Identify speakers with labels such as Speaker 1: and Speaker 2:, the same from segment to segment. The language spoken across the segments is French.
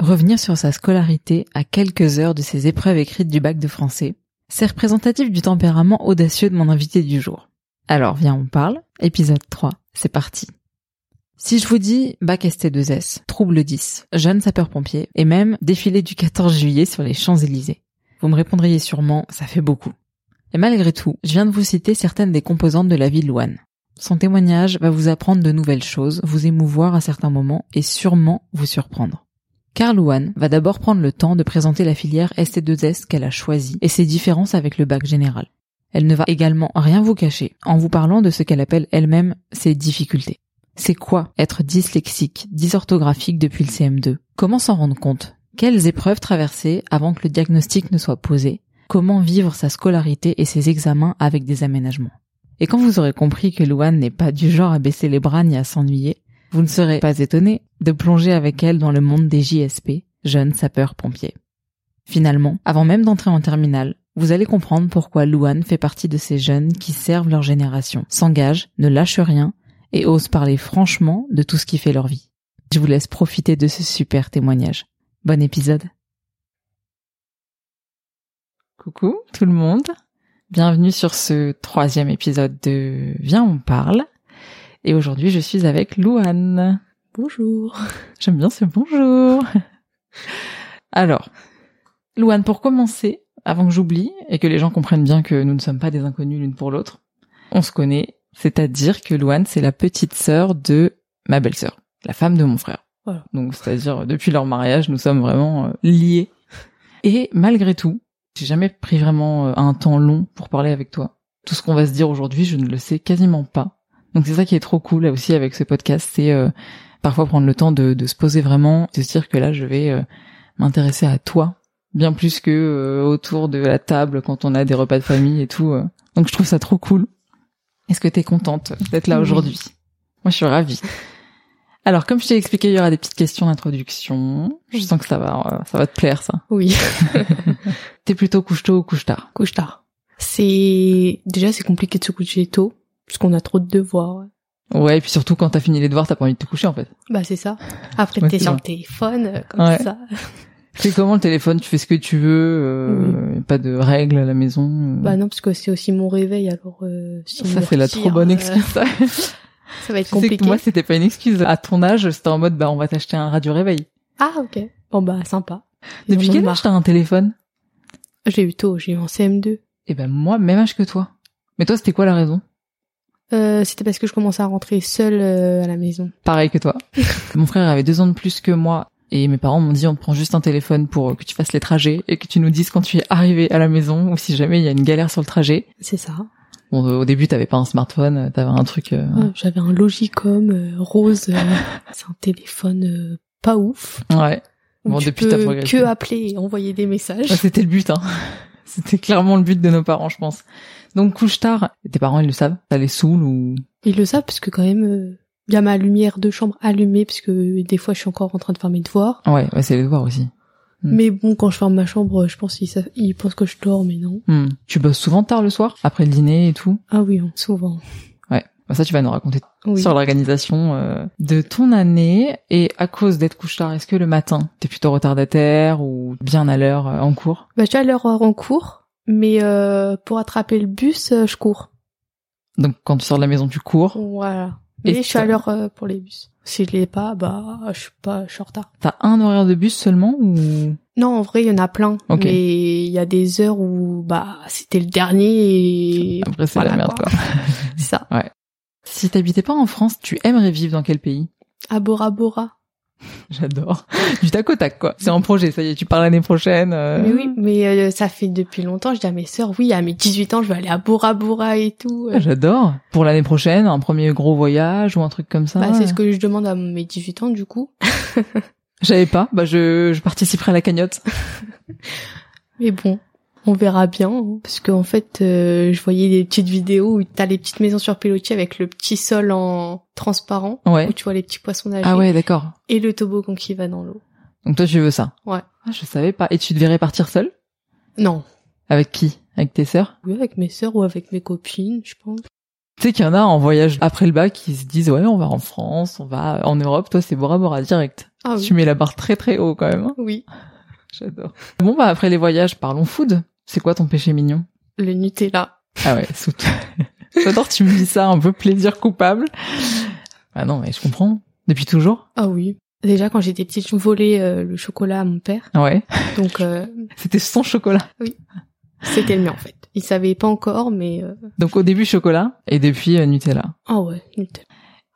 Speaker 1: revenir sur sa scolarité à quelques heures de ses épreuves écrites du bac de français. C'est représentatif du tempérament audacieux de mon invité du jour. Alors viens, on parle. Épisode 3, c'est parti. Si je vous dis bac ST2S, trouble 10, jeune sapeur-pompier et même défilé du 14 juillet sur les Champs-Élysées, vous me répondriez sûrement ça fait beaucoup. Et malgré tout, je viens de vous citer certaines des composantes de la vie de Louane. Son témoignage va vous apprendre de nouvelles choses, vous émouvoir à certains moments et sûrement vous surprendre. Carl Ouan va d'abord prendre le temps de présenter la filière ST2S qu'elle a choisie et ses différences avec le bac général. Elle ne va également rien vous cacher en vous parlant de ce qu'elle appelle elle-même ses difficultés. C'est quoi être dyslexique, dysorthographique depuis le CM2 Comment s'en rendre compte Quelles épreuves traverser avant que le diagnostic ne soit posé Comment vivre sa scolarité et ses examens avec des aménagements Et quand vous aurez compris que Louane n'est pas du genre à baisser les bras ni à s'ennuyer, vous ne serez pas étonné de plonger avec elle dans le monde des JSP, jeunes sapeurs-pompiers. Finalement, avant même d'entrer en terminale, vous allez comprendre pourquoi Louane fait partie de ces jeunes qui servent leur génération, s'engagent, ne lâchent rien et osent parler franchement de tout ce qui fait leur vie. Je vous laisse profiter de ce super témoignage. Bon épisode. Coucou tout le monde. Bienvenue sur ce troisième épisode de Viens on parle. Et aujourd'hui, je suis avec Louane.
Speaker 2: Bonjour.
Speaker 1: J'aime bien ce bonjour. Alors, Louane, pour commencer, avant que j'oublie et que les gens comprennent bien que nous ne sommes pas des inconnus l'une pour l'autre, on se connaît, c'est-à-dire que Louane, c'est la petite sœur de ma belle-sœur, la femme de mon frère.
Speaker 2: Voilà.
Speaker 1: Donc, c'est-à-dire, depuis leur mariage, nous sommes vraiment euh, liés. Et malgré tout, j'ai jamais pris vraiment euh, un temps long pour parler avec toi. Tout ce qu'on va se dire aujourd'hui, je ne le sais quasiment pas. Donc c'est ça qui est trop cool là aussi avec ce podcast, c'est euh, parfois prendre le temps de, de se poser vraiment, de se dire que là je vais euh, m'intéresser à toi bien plus que euh, autour de la table quand on a des repas de famille et tout. euh. Donc je trouve ça trop cool. Est-ce que t'es contente d'être là
Speaker 2: Oui.
Speaker 1: aujourd'hui Moi je suis ravie. Alors comme je t'ai expliqué, il y aura des petites questions d'introduction. Je sens que ça va, euh, ça va te plaire ça.
Speaker 2: Oui.
Speaker 1: T'es plutôt couche tôt ou couche tard
Speaker 2: Couche tard. C'est déjà c'est compliqué de se coucher tôt parce qu'on a trop de devoirs.
Speaker 1: Ouais, et puis surtout quand t'as fini les devoirs, t'as pas envie de te coucher en fait.
Speaker 2: Bah c'est ça. Après
Speaker 1: Ouais,
Speaker 2: t'es
Speaker 1: c'est
Speaker 2: sur
Speaker 1: vrai.
Speaker 2: le téléphone euh, comme
Speaker 1: Ouais.
Speaker 2: ça.
Speaker 1: C'est comment le téléphone Tu fais ce que tu veux, euh, y a pas de règles à la maison. euh.
Speaker 2: Bah non parce que c'est aussi mon réveil alors. euh, s'il
Speaker 1: ça
Speaker 2: me
Speaker 1: c'est la
Speaker 2: retire,
Speaker 1: trop bonne
Speaker 2: euh,
Speaker 1: excuse. ça.
Speaker 2: ça va être
Speaker 1: Tu sais
Speaker 2: compliqué.
Speaker 1: que moi c'était pas une excuse. À ton âge, c'était en mode bah on va t'acheter un radio réveil.
Speaker 2: Ah ok. Bon bah sympa.
Speaker 1: Depuis
Speaker 2: J'en ai
Speaker 1: quel
Speaker 2: marre.
Speaker 1: âge t'as un téléphone
Speaker 2: Je l'ai eu tôt. J'ai eu en CM2.
Speaker 1: Eh ben moi même âge que toi. Mais toi c'était quoi la raison
Speaker 2: Euh, C'était parce que je commençais à rentrer seule euh, à la maison.
Speaker 1: Pareil que toi. Mon frère avait deux ans de plus que moi et mes parents m'ont dit on te prend juste un téléphone pour euh, que tu fasses les trajets et que tu nous dises quand tu es arrivé à la maison ou si jamais il y a une galère sur le trajet.
Speaker 2: C'est ça.
Speaker 1: Bon euh, au début t'avais pas un smartphone, euh, t'avais un truc. euh,
Speaker 2: Ouais, J'avais un Logicom euh, rose. euh, c'est un téléphone euh, pas ouf.
Speaker 1: Ouais.
Speaker 2: où
Speaker 1: Bon,
Speaker 2: tu
Speaker 1: depuis,
Speaker 2: peux
Speaker 1: t'as progressé.
Speaker 2: que appeler et envoyer des messages.
Speaker 1: Ouais, C'était le but, hein. C'était clairement le but de nos parents, je pense. Donc couche tard. Tes parents, ils le savent. Ça les saoule ou
Speaker 2: Ils le savent parce que quand même, euh, il y a ma lumière de chambre allumée parce que euh, des fois je suis encore en train de faire mes devoirs.
Speaker 1: ouais, ouais, c'est les devoirs aussi. Mm.
Speaker 2: Mais bon, quand je ferme ma chambre, euh, je pense qu'ils savent- ils pensent que je dors, mais non.
Speaker 1: Hmm. Tu bosses souvent tard le soir, après le dîner et tout.
Speaker 2: Ah oui, hein, souvent.
Speaker 1: Ouais. Bah, ça, tu vas nous raconter
Speaker 2: Oui.
Speaker 1: sur l'organisation euh, de ton année et à cause d'être couche tard. Est-ce que le matin, t'es plutôt retardataire ou bien à l'heure euh, en cours
Speaker 2: Bah, je suis à l'heure en cours, mais euh, pour attraper le bus, euh, je cours.
Speaker 1: Donc quand tu sors de la maison, tu cours.
Speaker 2: Voilà.
Speaker 1: Et
Speaker 2: Mais je suis à
Speaker 1: ça-
Speaker 2: l'heure euh, pour les bus. Si je l'ai pas, bah, je suis pas, je suis en retard.
Speaker 1: T'as un horaire de bus seulement ou
Speaker 2: Non, en vrai, il y en a plein.
Speaker 1: Ok.
Speaker 2: Mais il y a des heures où, bah, c'était le dernier et
Speaker 1: après Ah, c'est la
Speaker 2: Voilà,
Speaker 1: merde quoi.
Speaker 2: quoi. c'est ça.
Speaker 1: Si t'habitais pas en France, tu aimerais vivre dans quel pays
Speaker 2: À Bora Bora.
Speaker 1: J'adore. Du tac au tac, quoi. C'est en projet, ça y est, tu parles l'année prochaine. euh.
Speaker 2: Mais oui, mais euh, ça fait depuis longtemps, je dis à mes sœurs, oui, à mes 18 ans, je vais aller à Bora Bora et tout. Euh,
Speaker 1: Ah, J'adore. Pour l'année prochaine, un premier gros voyage ou un truc comme ça.
Speaker 2: Bah, c'est ce que je demande à mes 18 ans, du coup.
Speaker 1: J'avais pas. Bah, je, je participerai à la cagnotte.
Speaker 2: Mais bon, on verra bien. hein. parce qu'en fait, euh, je voyais des petites vidéos où t'as les petites maisons sur pilotis avec le petit sol en transparent,
Speaker 1: Ouais.
Speaker 2: où tu vois les petits poissons nager,
Speaker 1: Ah ouais, d'accord.
Speaker 2: et le toboggan qui va dans l'eau.
Speaker 1: Donc toi, tu veux ça.
Speaker 2: Ouais.
Speaker 1: Ah, je savais pas. Et tu te verrais partir seule?
Speaker 2: Non,
Speaker 1: Avec qui? Avec tes sœurs?
Speaker 2: Oui, avec mes sœurs ou avec mes copines, je pense.
Speaker 1: Tu sais qu'il y en a en voyage après le bac qui se disent ouais on va en France, on va en Europe, toi c'est Bora Bora direct.
Speaker 2: Ah oui.
Speaker 1: Tu mets la barre très très haut quand même. hein.
Speaker 2: Oui.
Speaker 1: J'adore. Bon bah après les voyages, parlons food. C'est quoi ton péché mignon
Speaker 2: Le Nutella.
Speaker 1: Ah ouais, sous- j'adore tu me dis ça un peu plaisir coupable. Ah non mais je comprends. Depuis toujours
Speaker 2: Ah oui. Déjà, quand j'étais petite, je volais euh, le chocolat à mon père.
Speaker 1: Ah Ouais.
Speaker 2: Donc, euh,
Speaker 1: C'était sans chocolat.
Speaker 2: c'était le mien, en fait. Il savait pas encore, mais... euh,
Speaker 1: Donc au début chocolat et depuis euh, Nutella.
Speaker 2: Ah ouais, Nutella.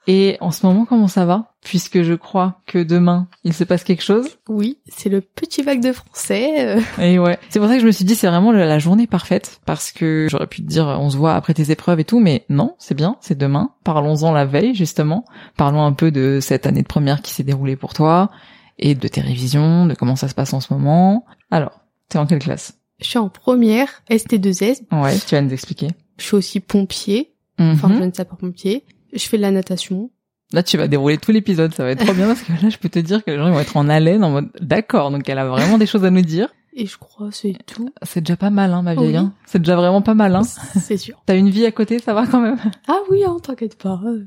Speaker 1: Et en ce moment comment ça va Puisque je crois que demain il se passe quelque chose.
Speaker 2: Oui, c'est le petit bac de français. euh.
Speaker 1: Et ouais, c'est pour ça que je me suis dit c'est vraiment la la journée parfaite parce que j'aurais pu te dire on se voit après tes épreuves et tout, mais non, c'est bien, c'est demain. Parlons-en la veille justement. Parlons un peu de cette année de première qui s'est déroulée pour toi et de tes révisions, de comment ça se passe en ce moment. Alors, t'es en quelle classe
Speaker 2: Je suis en première, ST2S.
Speaker 1: Ouais, tu vas nous expliquer.
Speaker 2: Je suis aussi pompier, enfin
Speaker 1: Mhm.
Speaker 2: jeune sapeur-pompier. Je fais de la natation.
Speaker 1: Là, tu vas dérouler tout l'épisode, ça va être trop bien parce que là, je peux te dire que les gens ils vont être en haleine en mode d'accord, donc elle a vraiment des choses à nous dire.
Speaker 2: Et je crois, c'est tout.
Speaker 1: C'est déjà pas mal, hein, ma
Speaker 2: Oui.
Speaker 1: vieille. hein. C'est déjà vraiment pas mal. Hein.
Speaker 2: C'est sûr.
Speaker 1: T'as une vie à côté, ça va quand même.
Speaker 2: Ah oui, hein, t'inquiète pas. euh.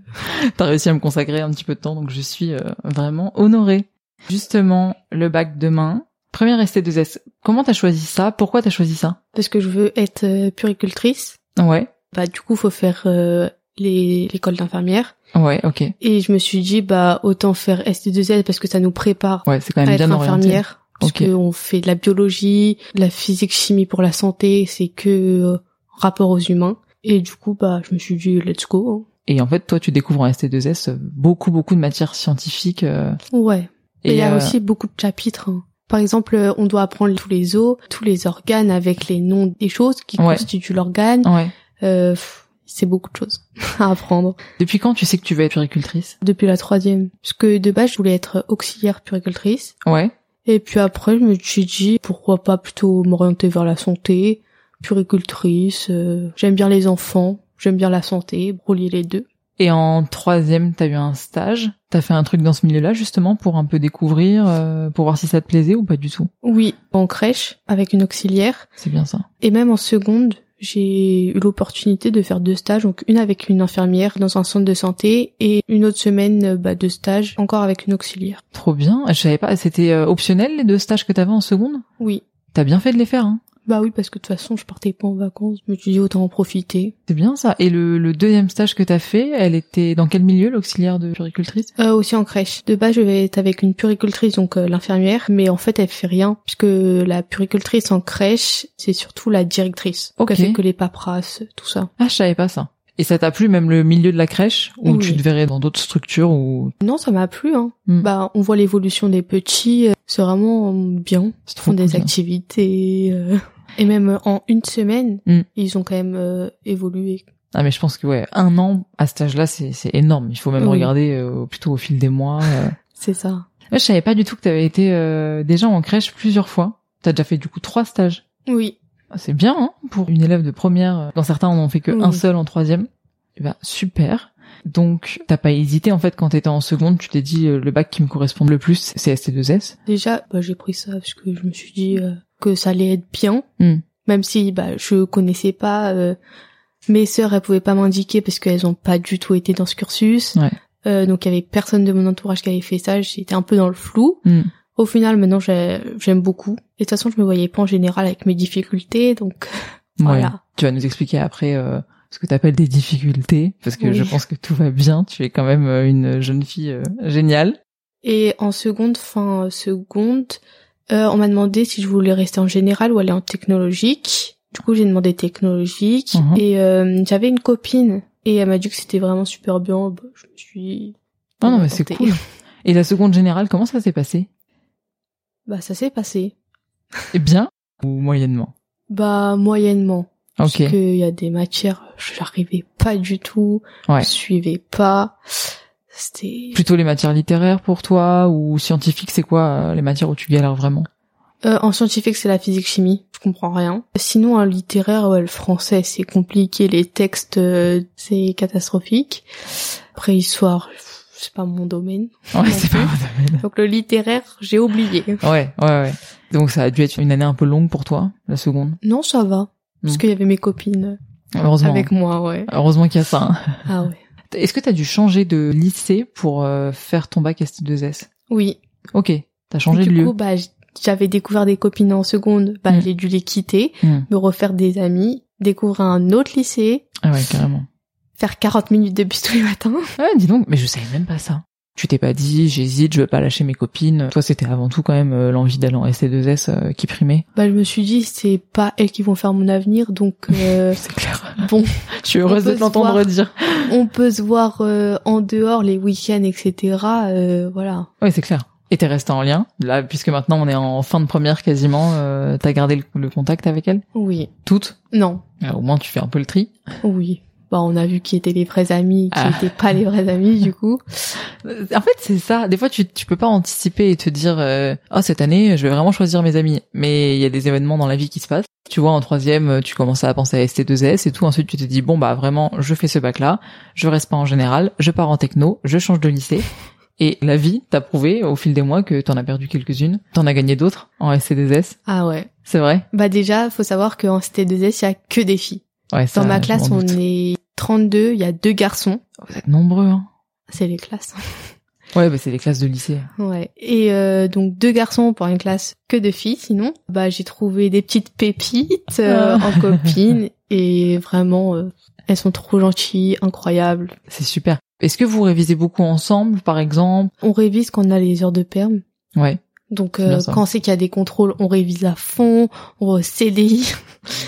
Speaker 1: T'as réussi à me consacrer un petit peu de temps, donc je suis euh, vraiment honorée. Justement, le bac demain. Première ST2S, comment t'as choisi ça Pourquoi t'as choisi ça
Speaker 2: Parce que je veux être euh, puricultrice.
Speaker 1: Ouais,
Speaker 2: Bah, du coup, faut faire euh, les- l'école d'infirmière.
Speaker 1: ouais, ok.
Speaker 2: Et je me suis dit, bah, autant faire ST2L parce que ça nous prépare
Speaker 1: Ouais, c'est quand
Speaker 2: à
Speaker 1: même
Speaker 2: être
Speaker 1: bien orienté.
Speaker 2: infirmière. Parce
Speaker 1: Ok.
Speaker 2: qu'on fait de la biologie, de la physique, chimie pour la santé, c'est que euh, rapport aux humains. Et du coup, bah, je me suis dit, let's go. hein.
Speaker 1: Et en fait, toi, tu découvres en ST2S euh, beaucoup, beaucoup de matières scientifiques. euh,
Speaker 2: hein. Ouais. Et il y a
Speaker 1: euh,
Speaker 2: aussi beaucoup de chapitres. hein. Par exemple, euh, on doit apprendre tous les os, tous les organes avec les noms des choses qui
Speaker 1: Ouais.
Speaker 2: constituent l'organe.
Speaker 1: Ouais.
Speaker 2: Euh, pff, c'est beaucoup de choses à apprendre.
Speaker 1: Depuis quand tu sais que tu veux être puricultrice
Speaker 2: Depuis la troisième. Parce que de base, je voulais être auxiliaire puricultrice.
Speaker 1: Ouais.
Speaker 2: Et puis après, je me suis dit pourquoi pas plutôt m'orienter vers la santé, puricultrice. euh, j'aime bien les enfants, j'aime bien la santé, relier les deux.
Speaker 1: Et en troisième, t'as eu un stage. T'as fait un truc dans ce milieu-là, justement, pour un peu découvrir, euh, pour voir si ça te plaisait ou pas du tout.
Speaker 2: Oui, en crèche avec une auxiliaire
Speaker 1: C'est bien ça.
Speaker 2: et même en seconde, j'ai eu l'opportunité de faire deux stages, donc une avec une infirmière dans un centre de santé et une autre semaine euh, bah, de stage encore avec une auxiliaire.
Speaker 1: Trop bien. Je savais pas, c'était euh, optionnel les deux stages que t'avais en seconde
Speaker 2: Oui,
Speaker 1: T'as bien fait de les faire, hein.
Speaker 2: bah oui parce que de toute façon, je partais pas en vacances, je me suis dit autant en profiter.
Speaker 1: C'est bien ça. Et le, le deuxième stage que t'as fait, elle était dans quel milieu, l'auxiliaire de puricultrice
Speaker 2: Euh, aussi en crèche. De base, je vais être avec une puricultrice, donc euh, l'infirmière, mais en fait, elle fait rien, puisque la puricultrice en crèche, c'est surtout la directrice.
Speaker 1: Ok.
Speaker 2: Elle fait que les paperasses, tout ça.
Speaker 1: Ah, je savais pas ça. Et ça t'a plu même le milieu de la crèche ou
Speaker 2: Oui.
Speaker 1: tu te verrais dans d'autres structures ou
Speaker 2: Non, ça m'a plu, hein.
Speaker 1: Mm.
Speaker 2: Bah, on voit l'évolution des petits, euh, c'est vraiment euh, bien.
Speaker 1: c'est
Speaker 2: Ils font des
Speaker 1: cool, hein. ça.
Speaker 2: activités, euh, et même en une semaine,
Speaker 1: Mm.
Speaker 2: ils ont quand même euh, évolué.
Speaker 1: Ah mais je pense que ouais, un an à cet âge-là, c'est c'est énorme. Il faut même
Speaker 2: Oui.
Speaker 1: regarder euh, plutôt au fil des mois. euh.
Speaker 2: C'est ça.
Speaker 1: Ouais, je savais pas du tout que t'avais été euh, déjà en crèche plusieurs fois. T'as déjà fait du coup trois stages.
Speaker 2: Oui.
Speaker 1: Ah, C'est bien hein, pour une élève de première. euh, Dans certains, on en fait que
Speaker 2: Oui.
Speaker 1: un seul en troisième. Eh ben, super. Donc t'as pas hésité en fait quand t'étais en seconde. Tu t'es dit euh, le bac qui me correspond le plus, c'est ST2S.
Speaker 2: Déjà, bah, j'ai pris ça parce que je me suis dit euh, que ça allait être bien,
Speaker 1: Mm.
Speaker 2: même si bah, je connaissais pas. euh, mes sœurs, elles pouvaient pas m'indiquer parce qu'elles ont pas du tout été dans ce cursus.
Speaker 1: Ouais.
Speaker 2: Euh, donc il y avait personne de mon entourage qui avait fait ça. J'étais un peu dans le flou.
Speaker 1: Mm.
Speaker 2: Au final, maintenant, j'ai- j'aime beaucoup. Et de toute façon, je me voyais pas en général avec mes difficultés, donc
Speaker 1: Ouais.
Speaker 2: voilà.
Speaker 1: Tu vas nous expliquer après euh, ce que tu appelles des difficultés, parce que
Speaker 2: Oui.
Speaker 1: je pense que tout va bien. Tu es quand même euh, une jeune fille euh, géniale.
Speaker 2: Et en seconde, fin euh, seconde, euh, on m'a demandé si je voulais rester en général ou aller en technologique. Du coup, j'ai demandé technologique
Speaker 1: Mhm.
Speaker 2: et euh, j'avais une copine et elle m'a dit que c'était vraiment super bien. Bah, je me suis
Speaker 1: Non, non, mais c'est
Speaker 2: tentée.
Speaker 1: cool. Et la seconde générale, comment ça s'est passé
Speaker 2: Bah ça s'est passé.
Speaker 1: Eh bien ou moyennement
Speaker 2: Bah moyennement.
Speaker 1: Ok.
Speaker 2: Parce qu'il y a des matières, j'arrivais pas du tout,
Speaker 1: Ouais.
Speaker 2: je suivais pas. C'était
Speaker 1: Plutôt les matières littéraires pour toi ou scientifiques, c'est quoi euh, les matières où tu galères vraiment
Speaker 2: Euh, en scientifique, c'est la physique chimie, je comprends rien. Sinon, en littéraire, ouais, le français, c'est compliqué, les textes, euh, c'est catastrophique. Après, histoire, pff, c'est pas mon domaine.
Speaker 1: Ouais,
Speaker 2: Non
Speaker 1: c'est pas mon domaine.
Speaker 2: Donc le littéraire, j'ai oublié.
Speaker 1: Ouais, ouais, ouais. Donc ça a dû être une année un peu longue pour toi, la seconde.
Speaker 2: Non, ça va. Parce
Speaker 1: Mm.
Speaker 2: qu'il y avait mes copines. euh,
Speaker 1: Heureusement.
Speaker 2: Avec moi, ouais.
Speaker 1: Heureusement qu'il y a ça. hein.
Speaker 2: Ah ouais.
Speaker 1: Est-ce que t'as dû changer de lycée pour euh, faire ton bac ST2S
Speaker 2: Oui.
Speaker 1: Ok, t'as changé
Speaker 2: du
Speaker 1: de lieu.
Speaker 2: coup, bah, j- j'avais découvert des copines en seconde. Bah,
Speaker 1: Mm.
Speaker 2: j'ai dû les quitter,
Speaker 1: Mm.
Speaker 2: me refaire des amis, découvrir un autre lycée,
Speaker 1: Ah ouais, carrément.
Speaker 2: faire 40 minutes de bus tous les matins.
Speaker 1: Ah, dis donc, mais je savais même pas ça. Tu t'es pas dit, j'hésite, je veux pas lâcher mes copines. Toi, c'était avant tout quand même euh, l'envie d'aller en ST2S euh, qui primait.
Speaker 2: Bah, je me suis dit, c'est pas elles qui vont faire mon avenir, donc euh,
Speaker 1: C'est clair.
Speaker 2: bon,
Speaker 1: Je suis heureuse
Speaker 2: peut
Speaker 1: de
Speaker 2: se
Speaker 1: t'entendre
Speaker 2: voir.
Speaker 1: dire.
Speaker 2: on peut se voir euh, en dehors les week-ends, etc. euh, voilà.
Speaker 1: Oui, c'est clair. Et t'es resté en lien, là, puisque maintenant on est en fin de première quasiment. euh, t'as gardé le, le contact avec elle
Speaker 2: Oui.
Speaker 1: Toutes
Speaker 2: Non.
Speaker 1: Alors, Au moins, tu fais un peu le tri.
Speaker 2: Oui. Bah, on a vu qui étaient les vrais amis, qui
Speaker 1: Ah.
Speaker 2: étaient pas les vrais amis, du coup.
Speaker 1: Euh, En fait, c'est ça. Des fois, tu, tu peux pas anticiper et te dire, euh, oh, cette année, je vais vraiment choisir mes amis. Mais il y a des événements dans la vie qui se passent. Tu vois, en troisième, euh, tu commences à penser à ST2S et tout. Ensuite, tu te dis, bon, bah, vraiment, je fais ce bac-là. Je reste pas en général. Je pars en techno. Je change de lycée. Et la vie t'a prouvé au fil des mois que t'en as perdu quelques-unes. T'en as gagné d'autres en ST2S.
Speaker 2: Ah ouais.
Speaker 1: C'est vrai?
Speaker 2: Bah, déjà, faut savoir qu'en CT2S, il y a que des filles.
Speaker 1: Ouais,
Speaker 2: Dans
Speaker 1: ça,
Speaker 2: ma
Speaker 1: je
Speaker 2: classe,
Speaker 1: m'en
Speaker 2: on
Speaker 1: doute.
Speaker 2: est 32, il y a deux garçons.
Speaker 1: Vous êtes nombreux, hein.
Speaker 2: C'est les classes.
Speaker 1: Ouais, bah, c'est les classes de lycée.
Speaker 2: Ouais. Et euh, donc deux garçons pour une classe que de filles sinon. Bah j'ai trouvé des petites pépites euh,
Speaker 1: Ah.
Speaker 2: en copine et vraiment euh, elles sont trop gentilles, incroyables.
Speaker 1: C'est super. Est-ce que vous révisez beaucoup ensemble, par exemple?
Speaker 2: On révise quand on a les heures de perm.
Speaker 1: Ouais.
Speaker 2: Donc
Speaker 1: C'est bien
Speaker 2: euh,
Speaker 1: ça.
Speaker 2: quand c'est qu'il y a des contrôles, on révise à fond, on re- CDI,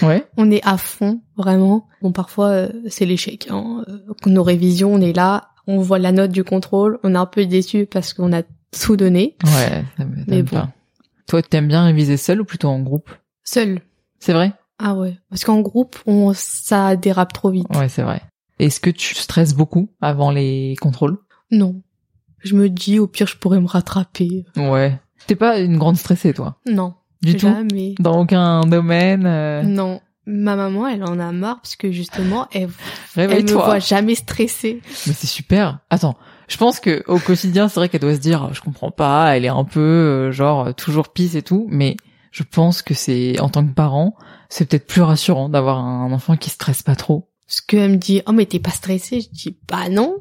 Speaker 1: Ouais.
Speaker 2: on est à fond vraiment. Bon parfois euh, c'est l'échec hein. Euh, Nos révisions, on est là, on voit la note du contrôle, on est un peu déçu parce qu'on a tout donné
Speaker 1: Ouais, ça m'étonne
Speaker 2: Mais bon.
Speaker 1: pas. Toi, t'aimes bien réviser seul ou plutôt en groupe
Speaker 2: seul.
Speaker 1: C'est vrai
Speaker 2: Ah ouais, parce qu'en groupe, on ça dérape trop vite.
Speaker 1: Ouais, c'est vrai. Est-ce que tu stresses beaucoup avant les contrôles
Speaker 2: Non. Je me dis au pire je pourrais me rattraper.
Speaker 1: Ouais. T'es pas une grande stressée, toi
Speaker 2: Non,
Speaker 1: Du tout
Speaker 2: jamais. Mm.
Speaker 1: Dans aucun domaine euh,
Speaker 2: Non. Ma maman, elle en a marre parce que justement, elle, elle me
Speaker 1: Réveille-toi.
Speaker 2: voit jamais stressée.
Speaker 1: Mais c'est super. Attends, je pense que au quotidien, c'est vrai qu'elle doit se dire, je comprends pas, elle est un peu euh, genre toujours pisse et tout, mais je pense que c'est en tant que parent, c'est peut-être plus rassurant d'avoir un enfant qui stresse pas trop.
Speaker 2: Parce qu'elle me dit, oh mais t'es pas stressée Je dis, bah non.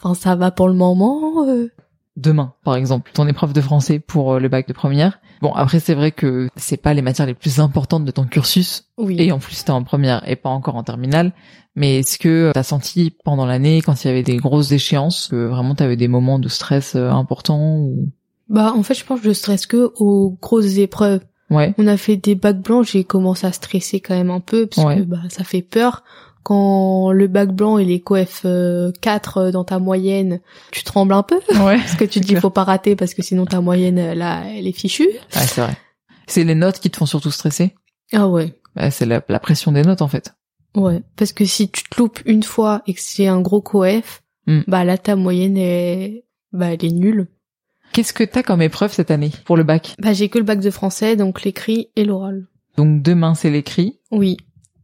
Speaker 2: enfin, ça va pour le moment. euh.
Speaker 1: demain, par exemple, ton épreuve de français pour euh, le bac de première. Bon, après, c'est vrai que c'est pas les matières les plus importantes de ton cursus.
Speaker 2: Oui.
Speaker 1: Et en plus, t'es en première et pas encore en terminale. Mais est-ce que euh, t'as senti pendant l'année, quand il y avait des grosses échéances, que vraiment t'avais des moments de stress euh, importants ou...
Speaker 2: Bah en fait, je pense que je stresse que aux grosses épreuves.
Speaker 1: Ouais.
Speaker 2: On a fait des bacs blancs, j'ai commencé à stresser quand même un peu parce
Speaker 1: Ouais.
Speaker 2: que bah, ça fait peur. Quand le bac blanc il est coef euh, 4 euh, dans ta moyenne, tu trembles un peu
Speaker 1: Ouais.
Speaker 2: parce que tu
Speaker 1: C'est
Speaker 2: te dis
Speaker 1: clair.
Speaker 2: faut pas rater parce que sinon ta moyenne euh, là elle est fichue.
Speaker 1: Ah, c'est vrai. C'est les notes qui te font surtout stresser.
Speaker 2: Ah ouais.
Speaker 1: Bah, c'est la, la pression des notes, en fait.
Speaker 2: Ouais, parce que si tu te loupes une fois et que c'est un gros coef,
Speaker 1: Hmm.
Speaker 2: bah là ta moyenne est bah elle est nulle.
Speaker 1: Qu'est-ce que t'as comme épreuve cette année pour le bac?
Speaker 2: Bah j'ai que le bac de français donc l'écrit et l'oral.
Speaker 1: Donc, demain, c'est l'écrit.
Speaker 2: Oui.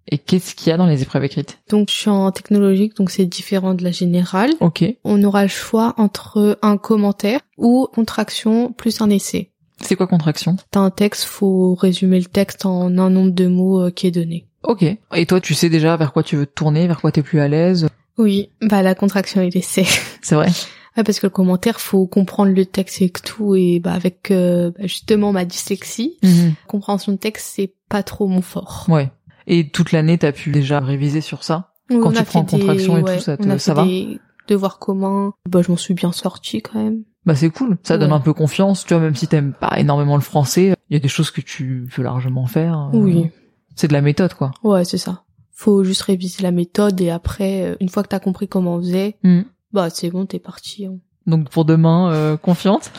Speaker 1: Et qu'est-ce qu'il y a dans les épreuves écrites?
Speaker 2: Donc je suis en technologique donc c'est différent de la générale.
Speaker 1: Ok.
Speaker 2: on aura le choix entre un commentaire ou contraction plus un essai.
Speaker 1: C'est quoi contraction?
Speaker 2: T'as un texte, faut résumer le texte en un nombre de mots euh, qui est donné.
Speaker 1: Ok. Et toi, tu sais déjà vers quoi tu veux te tourner, vers quoi t'es plus à l'aise
Speaker 2: Oui, bah la contraction et l'essai.
Speaker 1: C'est vrai.
Speaker 2: Ouais, parce que le commentaire, faut comprendre le texte et que tout, et bah avec euh, bah, justement ma dyslexie, la compréhension de texte, c'est pas trop mon fort.
Speaker 1: Mhm. Ouais. Et toute l'année, t'as pu déjà réviser sur ça.
Speaker 2: Oui,
Speaker 1: Quand
Speaker 2: on
Speaker 1: tu
Speaker 2: a
Speaker 1: prends
Speaker 2: fait des-
Speaker 1: contraction et tout,
Speaker 2: ouais,
Speaker 1: ça te-
Speaker 2: on a
Speaker 1: ça
Speaker 2: fait
Speaker 1: va
Speaker 2: des devoirs communs. Bah je m'en suis bien sortie quand même.
Speaker 1: Bah c'est cool. Ça donne
Speaker 2: Ouais.
Speaker 1: un peu confiance, tu vois. Même si t'aimes pas énormément le français, il y a des choses que tu peux largement faire. Euh,
Speaker 2: Oui.
Speaker 1: C'est de la méthode, quoi.
Speaker 2: Ouais, c'est ça. Faut juste réviser la méthode et après, euh, une fois que t'as compris comment on faisait,
Speaker 1: Mm.
Speaker 2: bah c'est bon, t'es parti. hein.
Speaker 1: Donc pour demain, euh, confiante.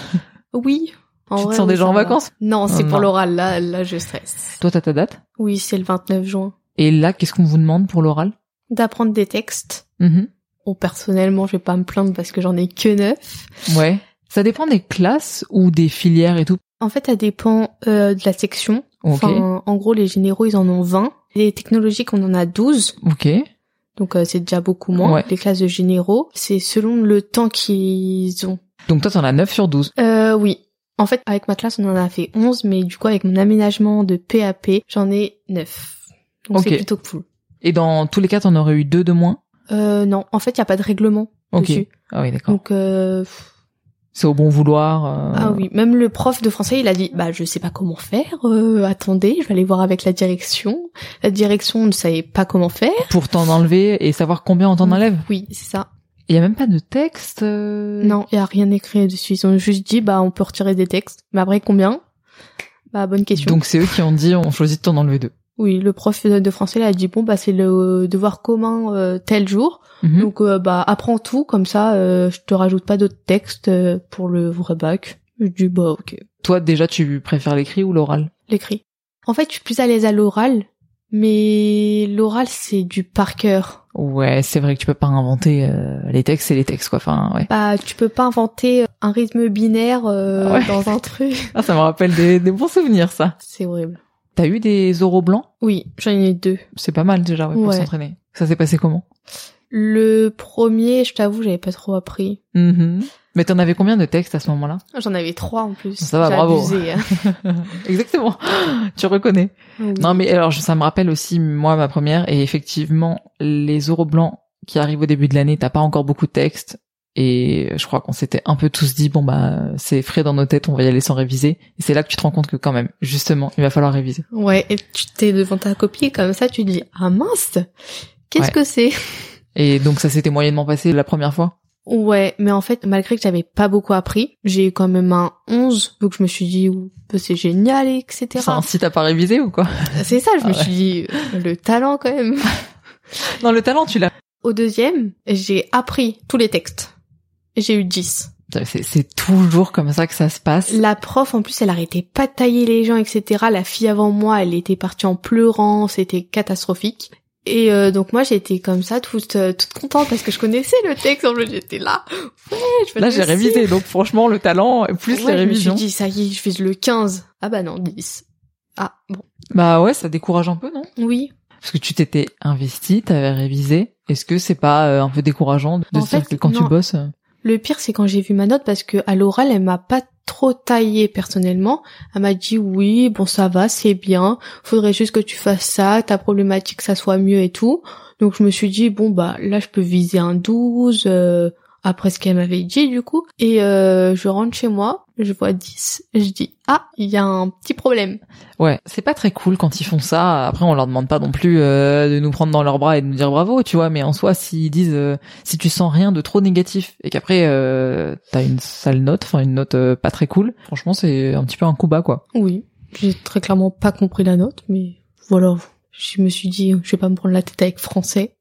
Speaker 2: Oui. En
Speaker 1: Tu te
Speaker 2: vrai,
Speaker 1: sens
Speaker 2: oui,
Speaker 1: déjà
Speaker 2: ça
Speaker 1: en
Speaker 2: va.
Speaker 1: vacances
Speaker 2: Non, c'est
Speaker 1: Oh,
Speaker 2: pour
Speaker 1: non.
Speaker 2: l'oral. Là, là, je stresse.
Speaker 1: Toi, t'as ta date.
Speaker 2: Oui, c'est le 29 juin.
Speaker 1: Et là, qu'est-ce qu'on vous demande pour l'oral
Speaker 2: D'apprendre des textes.
Speaker 1: Mhm.
Speaker 2: Bon, personnellement, je vais pas me plaindre parce que j'en ai que neuf.
Speaker 1: Ouais. Ça dépend des classes ou des filières et tout.
Speaker 2: En fait, ça dépend euh, de la section.
Speaker 1: Ok.
Speaker 2: Enfin, en gros, les généraux, ils en ont 20. Les technologiques, on en a 12.
Speaker 1: Ok.
Speaker 2: Donc, euh, c'est déjà beaucoup moins.
Speaker 1: Ouais.
Speaker 2: Les classes de généraux, c'est selon le temps qu'ils ont.
Speaker 1: Donc toi, t'en as 9 sur 12.
Speaker 2: Euh, oui. En fait, avec ma classe, on en a fait 11, mais du coup, avec mon aménagement de PAP, j'en ai 9. Donc,
Speaker 1: Ok.
Speaker 2: c'est plutôt cool.
Speaker 1: Et dans tous les cas, t'en aurais eu deux de moins
Speaker 2: Euh, non, en fait, il n'y a pas de règlement
Speaker 1: Ok.
Speaker 2: dessus.
Speaker 1: Ah oui, d'accord.
Speaker 2: Donc, euh,
Speaker 1: C'est au bon vouloir. euh,
Speaker 2: ah oui, même le prof de français, il a dit, bah, je sais pas comment faire, euh, attendez, je vais aller voir avec la direction. La direction ne savait pas comment faire.
Speaker 1: Pour t'en enlever et savoir combien on t'en
Speaker 2: Mm.
Speaker 1: enlève.
Speaker 2: Oui, c'est ça.
Speaker 1: Il y a même pas de texte. euh,
Speaker 2: Non, il n'y a rien écrit dessus. Ils ont juste dit, bah, on peut retirer des textes. Mais après, combien? Bah, bonne question.
Speaker 1: Donc c'est eux qui ont dit on choisit de t'en enlever deux.
Speaker 2: Oui, le prof de français, là, a dit, bon, bah, c'est le devoir commun euh, tel jour.
Speaker 1: Mhm.
Speaker 2: Donc, euh, bah, apprends tout, comme ça, euh, je te rajoute pas d'autres textes euh, pour le vrai bac. Je dis, bah, ok.
Speaker 1: Toi déjà tu préfères l'écrit ou l'oral
Speaker 2: l'écrit. En fait, je suis plus à l'aise à l'oral, mais l'oral c'est du par cœur.
Speaker 1: Ouais, c'est vrai que tu peux pas inventer euh, les textes, c'est les textes quoi. Enfin ouais.
Speaker 2: Bah, tu peux pas inventer euh, un rythme binaire euh,
Speaker 1: Ouais.
Speaker 2: dans un truc.
Speaker 1: Ah, ça me rappelle des, des bons souvenirs ça.
Speaker 2: C'est horrible.
Speaker 1: T'as eu des oraux blancs
Speaker 2: Oui, j'en ai deux.
Speaker 1: C'est pas mal déjà ouais, pour
Speaker 2: Ouais.
Speaker 1: s'entraîner. Ça s'est passé comment
Speaker 2: Le premier, je t'avoue, j'avais pas trop appris.
Speaker 1: Mhm. Mais t'en avais combien de textes à ce moment-là
Speaker 2: J'en avais trois en plus.
Speaker 1: Ça va,
Speaker 2: J'ai
Speaker 1: bravo.
Speaker 2: abusé, hein.
Speaker 1: Exactement. tu reconnais.
Speaker 2: Oui.
Speaker 1: Non, mais alors, je- ça me rappelle aussi, moi, ma première, et effectivement, les oraux blancs qui arrivent au début de l'année, t'as pas encore beaucoup de textes, et je crois qu'on s'était un peu tous dit, bon, bah, c'est frais dans nos têtes, on va y aller sans réviser. Et c'est là que tu te rends compte que quand même, justement, il va falloir réviser.
Speaker 2: Ouais, et tu t'es devant ta copie comme ça, tu te dis ah mince, qu'est-ce
Speaker 1: Ouais.
Speaker 2: que c'est
Speaker 1: Et donc, ça s'était moyennement passé la première fois.
Speaker 2: Ouais, mais en fait, malgré que j'avais pas beaucoup appris, j'ai eu quand même un 11, donc je me suis dit, Ouh, bah, c'est génial, etc.
Speaker 1: Enfin, si t'as pas révisé ou quoi?
Speaker 2: C'est ça, je
Speaker 1: Ah
Speaker 2: me
Speaker 1: ouais.
Speaker 2: suis dit, euh, le talent quand même.
Speaker 1: Non, le talent, tu l'as.
Speaker 2: Au deuxième, j'ai appris tous les textes. J'ai eu 10.
Speaker 1: C'est- C'est toujours comme ça que ça se passe.
Speaker 2: La prof, en plus, elle arrêtait pas de tailler les gens, etc. La fille avant moi, elle était partie en pleurant, c'était catastrophique. Et euh, donc moi, j'étais comme ça, toute, euh, toute contente parce que je connaissais le texte, en plus, j'étais là. Ouais, je vais
Speaker 1: Là,
Speaker 2: le
Speaker 1: j'ai
Speaker 2: réussir.
Speaker 1: révisé, donc franchement, le talent, plus les
Speaker 2: Ouais, Je
Speaker 1: révisions.
Speaker 2: me suis dit, ça y est, je fais le 15. Ah bah non, 10. Ah, bon.
Speaker 1: Bah ouais, ça décourage un peu, non?
Speaker 2: Oui.
Speaker 1: Parce que tu t'étais investi, t'avais révisé. Est-ce que c'est pas euh, un peu décourageant de
Speaker 2: En
Speaker 1: se dire
Speaker 2: fait,
Speaker 1: que quand tu
Speaker 2: non.
Speaker 1: bosses, euh,
Speaker 2: Le pire, c'est quand j'ai vu ma note parce que à l'oral, elle m'a pas trop taillé personnellement. Elle m'a dit oui, bon ça va, c'est bien. Faudrait juste que tu fasses ça, ta problématique, ça soit mieux et tout. Donc je me suis dit bon bah là je peux viser un 12 euh, après ce qu'elle m'avait dit du coup et euh, je rentre chez moi, je vois 10, je dis ah, il y a un petit problème.
Speaker 1: ouais, c'est pas très cool quand ils font ça. Après, on leur demande pas non plus euh, de nous prendre dans leurs bras et de nous dire bravo, tu vois. Mais en soi, s'ils disent, euh, si tu sens rien de trop négatif et qu'après euh, t'as une sale note, enfin une note euh, pas très cool, franchement, c'est un petit peu un coup bas, quoi.
Speaker 2: Oui, j'ai très clairement pas compris la note, mais voilà, je me suis dit je vais pas me prendre la tête avec français.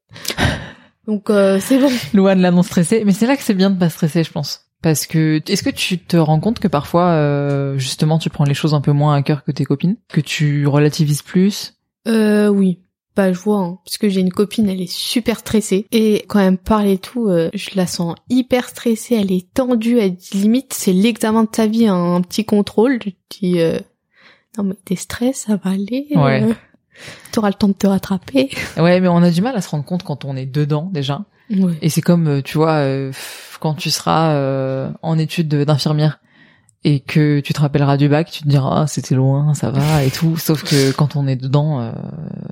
Speaker 2: Donc euh, c'est bon.
Speaker 1: Louane l'a non stressé, mais c'est là que c'est bien de pas stresser, je pense. Parce que est-ce que tu te rends compte que parfois, euh, justement, tu prends les choses un peu moins à cœur que tes copines, que tu relativises plus?
Speaker 2: Euh, oui. Bah, je vois, hein, parce que j'ai une copine, elle est super stressée. Et quand elle me parle et tout, euh, je la sens hyper stressée, elle est tendue, elle dit limite, c'est l'examen de sa vie, hein, un petit contrôle. Je dis, euh, non mais t'es stress, ça va aller. euh,
Speaker 1: Ouais.
Speaker 2: T'auras le temps de te rattraper.
Speaker 1: Ouais, mais on a du mal à se rendre compte quand on est dedans déjà.
Speaker 2: Ouais.
Speaker 1: Et c'est comme, euh, tu vois, euh, pff, quand tu seras euh, en études de- d'infirmière et que tu te rappelleras du bac, tu te diras ah, c'était loin, ça va et tout. Sauf que quand on est dedans, euh,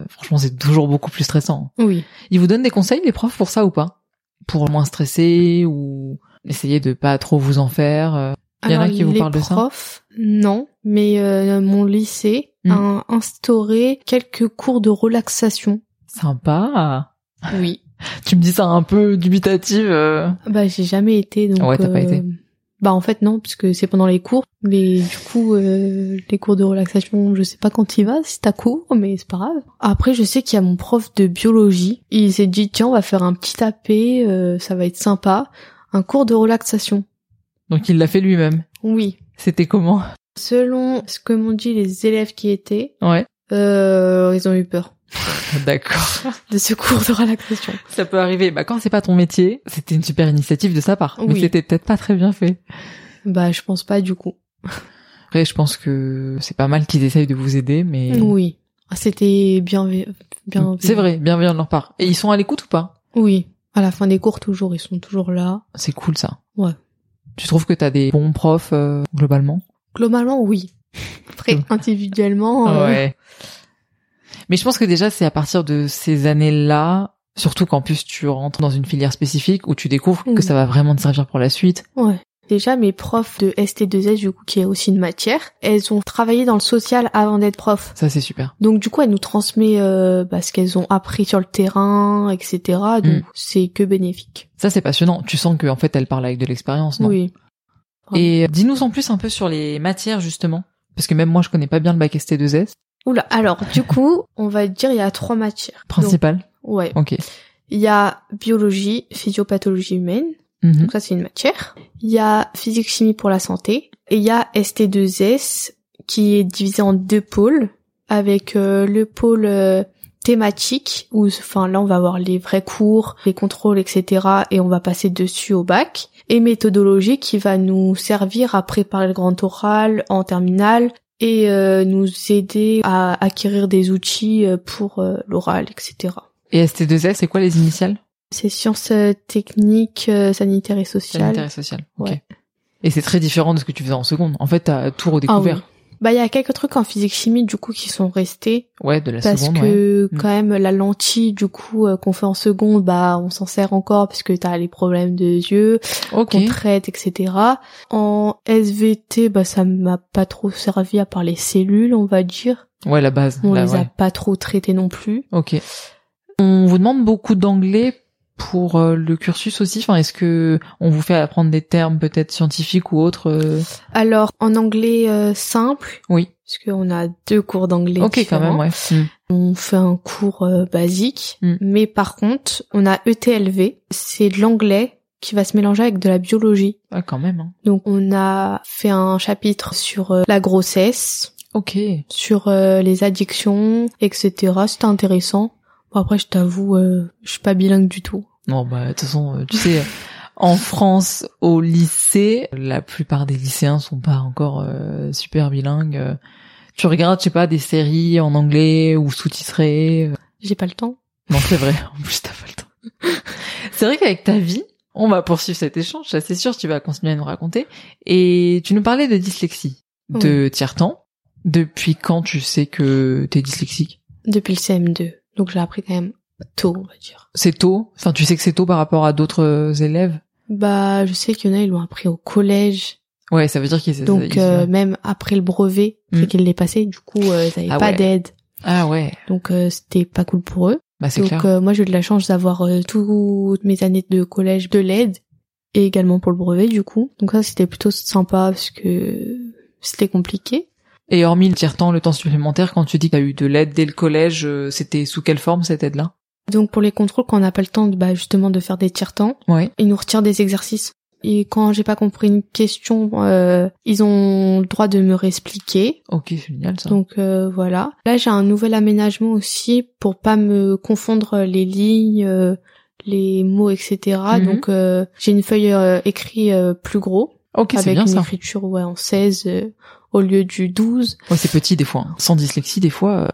Speaker 1: franchement, c'est toujours beaucoup plus stressant.
Speaker 2: Oui.
Speaker 1: Ils vous donnent des conseils, les profs, pour ça ou pas Pour moins stresser ou essayer de pas trop vous en faire. euh. Il y en a qui vous
Speaker 2: les
Speaker 1: parlent de ça
Speaker 2: profs, Non, mais euh, mon lycée
Speaker 1: Hmm.
Speaker 2: a instauré quelques cours de relaxation.
Speaker 1: Sympa.
Speaker 2: Oui.
Speaker 1: Tu me dis ça un peu dubitative. euh.
Speaker 2: Bah j'ai jamais été donc.
Speaker 1: Ouais, t'as pas été.
Speaker 2: Bah en fait non puisque c'est pendant les cours mais du coup euh, les cours de relaxation je sais pas quand il va si t'as cours mais c'est pas grave. Après je sais qu'il y a mon prof de biologie il s'est dit tiens on va faire un petit tapé euh, ça va être sympa un cours de relaxation
Speaker 1: Donc il l'a fait lui-même.
Speaker 2: oui
Speaker 1: C'était comment
Speaker 2: selon ce que m'ont dit les élèves qui étaient
Speaker 1: Ouais.
Speaker 2: euh, ils ont eu peur
Speaker 1: D'accord.
Speaker 2: de ce cours de relaxation.
Speaker 1: Ça peut arriver. Bah, quand c'est pas ton métier, c'était une super initiative de sa part. Mais
Speaker 2: Oui.
Speaker 1: c'était peut-être pas très bien fait.
Speaker 2: Bah je pense pas du coup.
Speaker 1: Après, je pense que c'est pas mal qu'ils essayent de vous aider, mais Mm,
Speaker 2: Oui Ah, c'était bien bien
Speaker 1: c'est vrai, bienveillant de leur part. Et ils sont à l'écoute ou pas
Speaker 2: Oui, à la fin des cours toujours, ils sont toujours là.
Speaker 1: C'est cool ça.
Speaker 2: Ouais.
Speaker 1: Tu trouves que t'as des bons profs euh, globalement
Speaker 2: Globalement, oui. Après, individuellement, euh,
Speaker 1: Ouais. Mais je pense que déjà, c'est à partir de ces années-là, surtout qu'en plus tu rentres dans une filière spécifique où tu découvres
Speaker 2: Mhm.
Speaker 1: que ça va vraiment te servir pour la suite.
Speaker 2: Ouais. Déjà, mes profs de ST2S, du coup, qui est aussi une matière, elles ont travaillé dans le social avant d'être prof.
Speaker 1: Ça, c'est super.
Speaker 2: Donc, du coup, elle nous transmet euh, bah, ce qu'elles ont appris sur le terrain, etc. Donc,
Speaker 1: Mm.
Speaker 2: c'est que bénéfique.
Speaker 1: Ça, c'est passionnant. Tu sens qu'en fait, elle parle avec de l'expérience, non
Speaker 2: Oui.
Speaker 1: Et euh, dis-nous en plus un peu sur les matières, justement. Parce que même moi, je connais pas bien le bac ST2S.
Speaker 2: Oula. Alors, du coup, on va dire il y a trois matières. Donc,
Speaker 1: Principal.
Speaker 2: ouais.
Speaker 1: Ok.
Speaker 2: Il y a biologie, physiopathologie humaine.
Speaker 1: Mhm.
Speaker 2: Donc ça, c'est une matière. Il y a physique chimie pour la santé. Et il y a ST2S qui est divisé en deux pôles avec euh, le pôle euh, thématique où, enfin, là, on va avoir les vrais cours, les contrôles, etc. et on va passer dessus au bac. Et méthodologie qui va nous servir à préparer le grand oral en terminale et euh, nous aider à acquérir des outils euh, pour euh, l'oral, etc.
Speaker 1: Et ST2S, c'est quoi les initiales
Speaker 2: C'est sciences euh, techniques, euh, sanitaires et sociales.
Speaker 1: Sanitaire et social. Ok.
Speaker 2: Ouais.
Speaker 1: Et c'est très différent de ce que tu faisais en seconde. En fait, t'as tout redécouvert.
Speaker 2: Ah oui. Bah il y a quelques trucs en physique chimie du coup qui sont restés
Speaker 1: Ouais, de la
Speaker 2: parce
Speaker 1: seconde. ouais.
Speaker 2: que
Speaker 1: Mm.
Speaker 2: quand même la lentille du coup euh, qu'on fait en seconde bah on s'en sert encore parce que t'as les problèmes de yeux
Speaker 1: Ok.
Speaker 2: qu'on traite etc. En SVT bah ça m'a pas trop servi à part les cellules on va dire
Speaker 1: Ouais, la base.
Speaker 2: on
Speaker 1: là,
Speaker 2: les a
Speaker 1: Bah, ouais.
Speaker 2: pas trop traitées non plus.
Speaker 1: Ok. On vous demande beaucoup d'anglais pour euh, le cursus aussi. Enfin, est-ce que on vous fait apprendre des termes peut-être scientifiques ou autres euh,
Speaker 2: Alors en anglais euh, simple
Speaker 1: Oui.
Speaker 2: parce qu'on a deux cours d'anglais.
Speaker 1: Ok, quand même,
Speaker 2: différents.
Speaker 1: ouais. Mm.
Speaker 2: On fait un cours euh, basique,
Speaker 1: Mm.
Speaker 2: mais par contre, on a E ETLV, c'est de l'anglais qui va se mélanger avec de la biologie.
Speaker 1: Ah, quand même. hein.
Speaker 2: Donc on a fait un chapitre sur euh, la grossesse,
Speaker 1: Ok.
Speaker 2: sur euh, les addictions, etc. C'était intéressant. Bon, après, je t'avoue, euh, je suis pas bilingue du tout.
Speaker 1: Non, bah de toute façon, euh, tu sais, en France, au lycée, la plupart des lycéens sont pas encore euh, super bilingues. euh. Tu regardes, je sais pas, des séries en anglais ou sous-titrées. euh.
Speaker 2: J'ai pas le temps.
Speaker 1: Non, c'est vrai. En plus, t'as pas le temps. c'est vrai qu'avec ta vie, on va poursuivre cet échange. Ça, c'est sûr, tu vas continuer à nous raconter. Et tu nous parlais de dyslexie, de tiers-temps. Depuis quand tu sais que t'es dyslexique
Speaker 2: Depuis le CM2. Donc j'ai appris quand même tôt, on va dire.
Speaker 1: C'est tôt Enfin, tu sais que c'est tôt par rapport à d'autres euh, élèves
Speaker 2: Bah, je sais qu'il y en a, ils l'ont appris au collège.
Speaker 1: Ouais, ça veut dire qu'ils...
Speaker 2: Donc
Speaker 1: ils-
Speaker 2: euh, même après le brevet,
Speaker 1: Mm.
Speaker 2: c'est qu'ils l'est passé, du coup, euh, ils avaient
Speaker 1: Ah
Speaker 2: pas
Speaker 1: ouais.
Speaker 2: d'aide.
Speaker 1: Ah ouais
Speaker 2: Donc euh, c'était pas cool pour eux.
Speaker 1: Bah c'est
Speaker 2: Donc
Speaker 1: clair.
Speaker 2: euh, moi j'ai eu de la chance d'avoir euh, toutes mes années de collège de l'aide et également pour le brevet du coup. Donc ça c'était plutôt sympa parce que c'était compliqué.
Speaker 1: Et hormis le tiers-temps, le temps supplémentaire, quand tu dis que t'as eu de l'aide dès le collège, euh, c'était sous quelle forme cette aide-là
Speaker 2: Donc pour les contrôles quand on n'a pas le temps de, bah, justement de faire des tiers-temps,
Speaker 1: Ouais.
Speaker 2: ils nous retirent des exercices. Et quand j'ai pas compris une question, euh, ils ont le droit de me réexpliquer.
Speaker 1: Ok, c'est génial ça.
Speaker 2: Donc euh, voilà. Là, j'ai un nouvel aménagement aussi pour pas me confondre les lignes, euh, les mots, etc.
Speaker 1: Mhm.
Speaker 2: Donc euh, j'ai une feuille euh, écrite euh, plus gros
Speaker 1: ok, c'est
Speaker 2: avec
Speaker 1: bien
Speaker 2: une
Speaker 1: ça.
Speaker 2: écriture ouais en 16 euh, au lieu du 12.
Speaker 1: Ouais, c'est petit des fois. hein. Sans dyslexie, des fois, euh,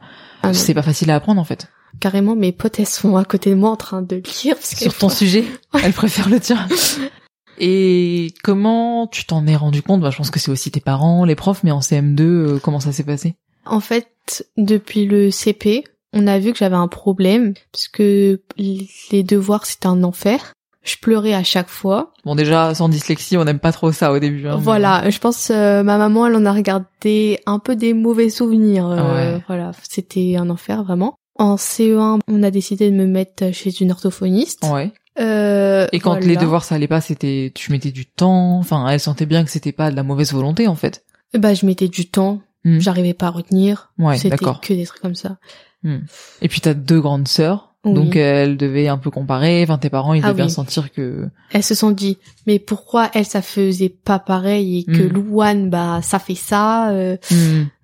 Speaker 2: Ah non,
Speaker 1: c'est pas facile à apprendre en fait.
Speaker 2: carrément, mes potes elles sont à côté de moi en train de lire parce que
Speaker 1: Sur ton sujet, elle préfère le tien. Et comment tu t'en es rendu compte bah, Je pense que c'est aussi tes parents, les profs, mais en CM2, euh, comment ça s'est passé
Speaker 2: En fait, depuis le CP, on a vu que j'avais un problème parce que les devoirs c'était un enfer. Je pleurais à chaque fois.
Speaker 1: Bon déjà, sans dyslexie, on n'aime pas trop ça au début. hein, mais-
Speaker 2: Voilà, je pense euh, ma maman elle en a regardé un peu des mauvais souvenirs. euh,
Speaker 1: Ah Ouais.
Speaker 2: Voilà, c'était un enfer vraiment. En CE1, on a décidé de me mettre chez une orthophoniste.
Speaker 1: Ouais.
Speaker 2: Euh,
Speaker 1: Et quand
Speaker 2: voilà.
Speaker 1: les devoirs ça allait pas, c'était tu mettais du temps. Enfin, elle sentait bien que c'était pas de la mauvaise volonté en fait.
Speaker 2: bah je mettais du temps,
Speaker 1: Hmm.
Speaker 2: j'arrivais pas à retenir.
Speaker 1: Ouais,
Speaker 2: c'était
Speaker 1: d'accord.
Speaker 2: que des trucs comme ça.
Speaker 1: Et puis t'as deux grandes sœurs,
Speaker 2: Oui.
Speaker 1: donc elles devaient un peu comparer. Enfin, tes parents, ils
Speaker 2: Ah
Speaker 1: devaient bien
Speaker 2: oui.
Speaker 1: sentir que.
Speaker 2: Elles se sont dit mais pourquoi elle ça faisait pas pareil et que
Speaker 1: Hmm.
Speaker 2: Louane bah ça fait ça. euh,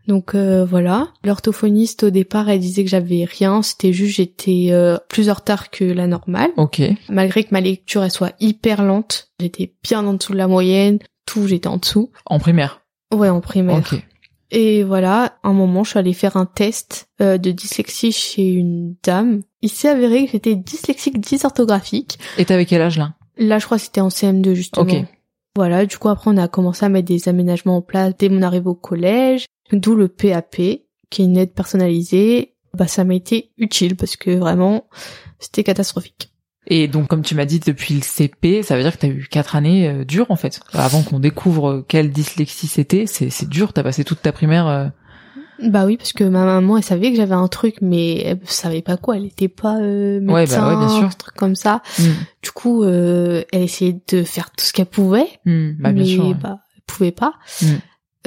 Speaker 2: Donc euh, voilà, l'orthophoniste au départ elle disait que j'avais rien, c'était juste j'étais euh, plus en retard que la normale.
Speaker 1: Ok.
Speaker 2: Malgré que ma lecture elle soit hyper lente, j'étais bien en dessous de la moyenne, tout j'étais en dessous.
Speaker 1: En primaire.
Speaker 2: Ouais, en primaire.
Speaker 1: Ok.
Speaker 2: Et voilà, un moment, je suis allée faire un test euh, de dyslexie chez une dame. Il s'est avéré que j'étais dyslexique dysorthographique.
Speaker 1: Et t'avais quel âge là
Speaker 2: Là, je crois que c'était en CM2 justement.
Speaker 1: Ok.
Speaker 2: Voilà, du coup après on a commencé à mettre des aménagements en place dès mon arrivée au collège, d'où le PAP qui est une aide personnalisée. bah ça m'a été utile parce que vraiment c'était catastrophique.
Speaker 1: Et donc, comme tu m'as dit, depuis le CP, ça veut dire que t'as eu quatre années euh, dures, en fait. Avant qu'on découvre euh, quelle dyslexie c'était, c'est, c'est dur, t'as passé toute ta primaire... euh,
Speaker 2: Bah oui, parce que ma maman, elle savait que j'avais un truc, mais elle savait pas quoi. Elle était pas euh,
Speaker 1: bah
Speaker 2: médecin,
Speaker 1: ouais, bien sûr.
Speaker 2: un truc comme ça.
Speaker 1: hmm,
Speaker 2: Du coup, euh, elle essayait de faire tout ce qu'elle pouvait,
Speaker 1: hmm, bah, bien
Speaker 2: mais
Speaker 1: sûr. ouais.
Speaker 2: bah, elle pouvait pas.
Speaker 1: Mm.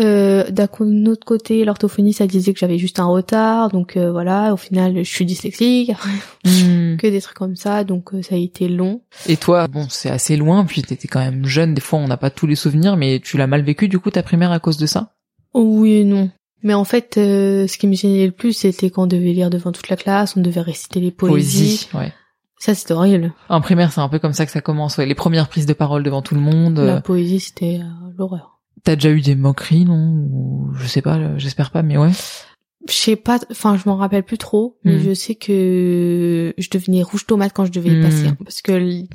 Speaker 2: Euh, D'un co- autre côté, l'orthophonie, ça disait que j'avais juste un retard, donc euh, voilà. Au final, je suis dyslexique,
Speaker 1: Hmm.
Speaker 2: que des trucs comme ça, donc euh, ça a été long.
Speaker 1: Et toi, bon, c'est assez loin, puis t'étais quand même jeune, des fois on n'a pas tous les souvenirs, mais tu l'as mal vécu, du coup, ta primaire à cause de ça
Speaker 2: Oh oui et non. Mais en fait, euh, ce qui me gênait le plus, c'était qu'on devait lire devant toute la classe, on devait réciter les poésies.
Speaker 1: ouais.
Speaker 2: Ça, c'était horrible.
Speaker 1: En primaire, c'est un peu comme ça que ça commence, ouais. Les premières prises de parole devant tout le monde.
Speaker 2: La
Speaker 1: euh,
Speaker 2: poésie, c'était euh, l'horreur.
Speaker 1: T'as déjà eu des moqueries, non Ou Je sais pas, euh, j'espère pas, mais ouais.
Speaker 2: Je sais pas, enfin, je m'en rappelle plus trop, mais
Speaker 1: Mm.
Speaker 2: je sais que je devenais rouge tomate quand je devais y
Speaker 1: Mm.
Speaker 2: passer. hein, parce que l-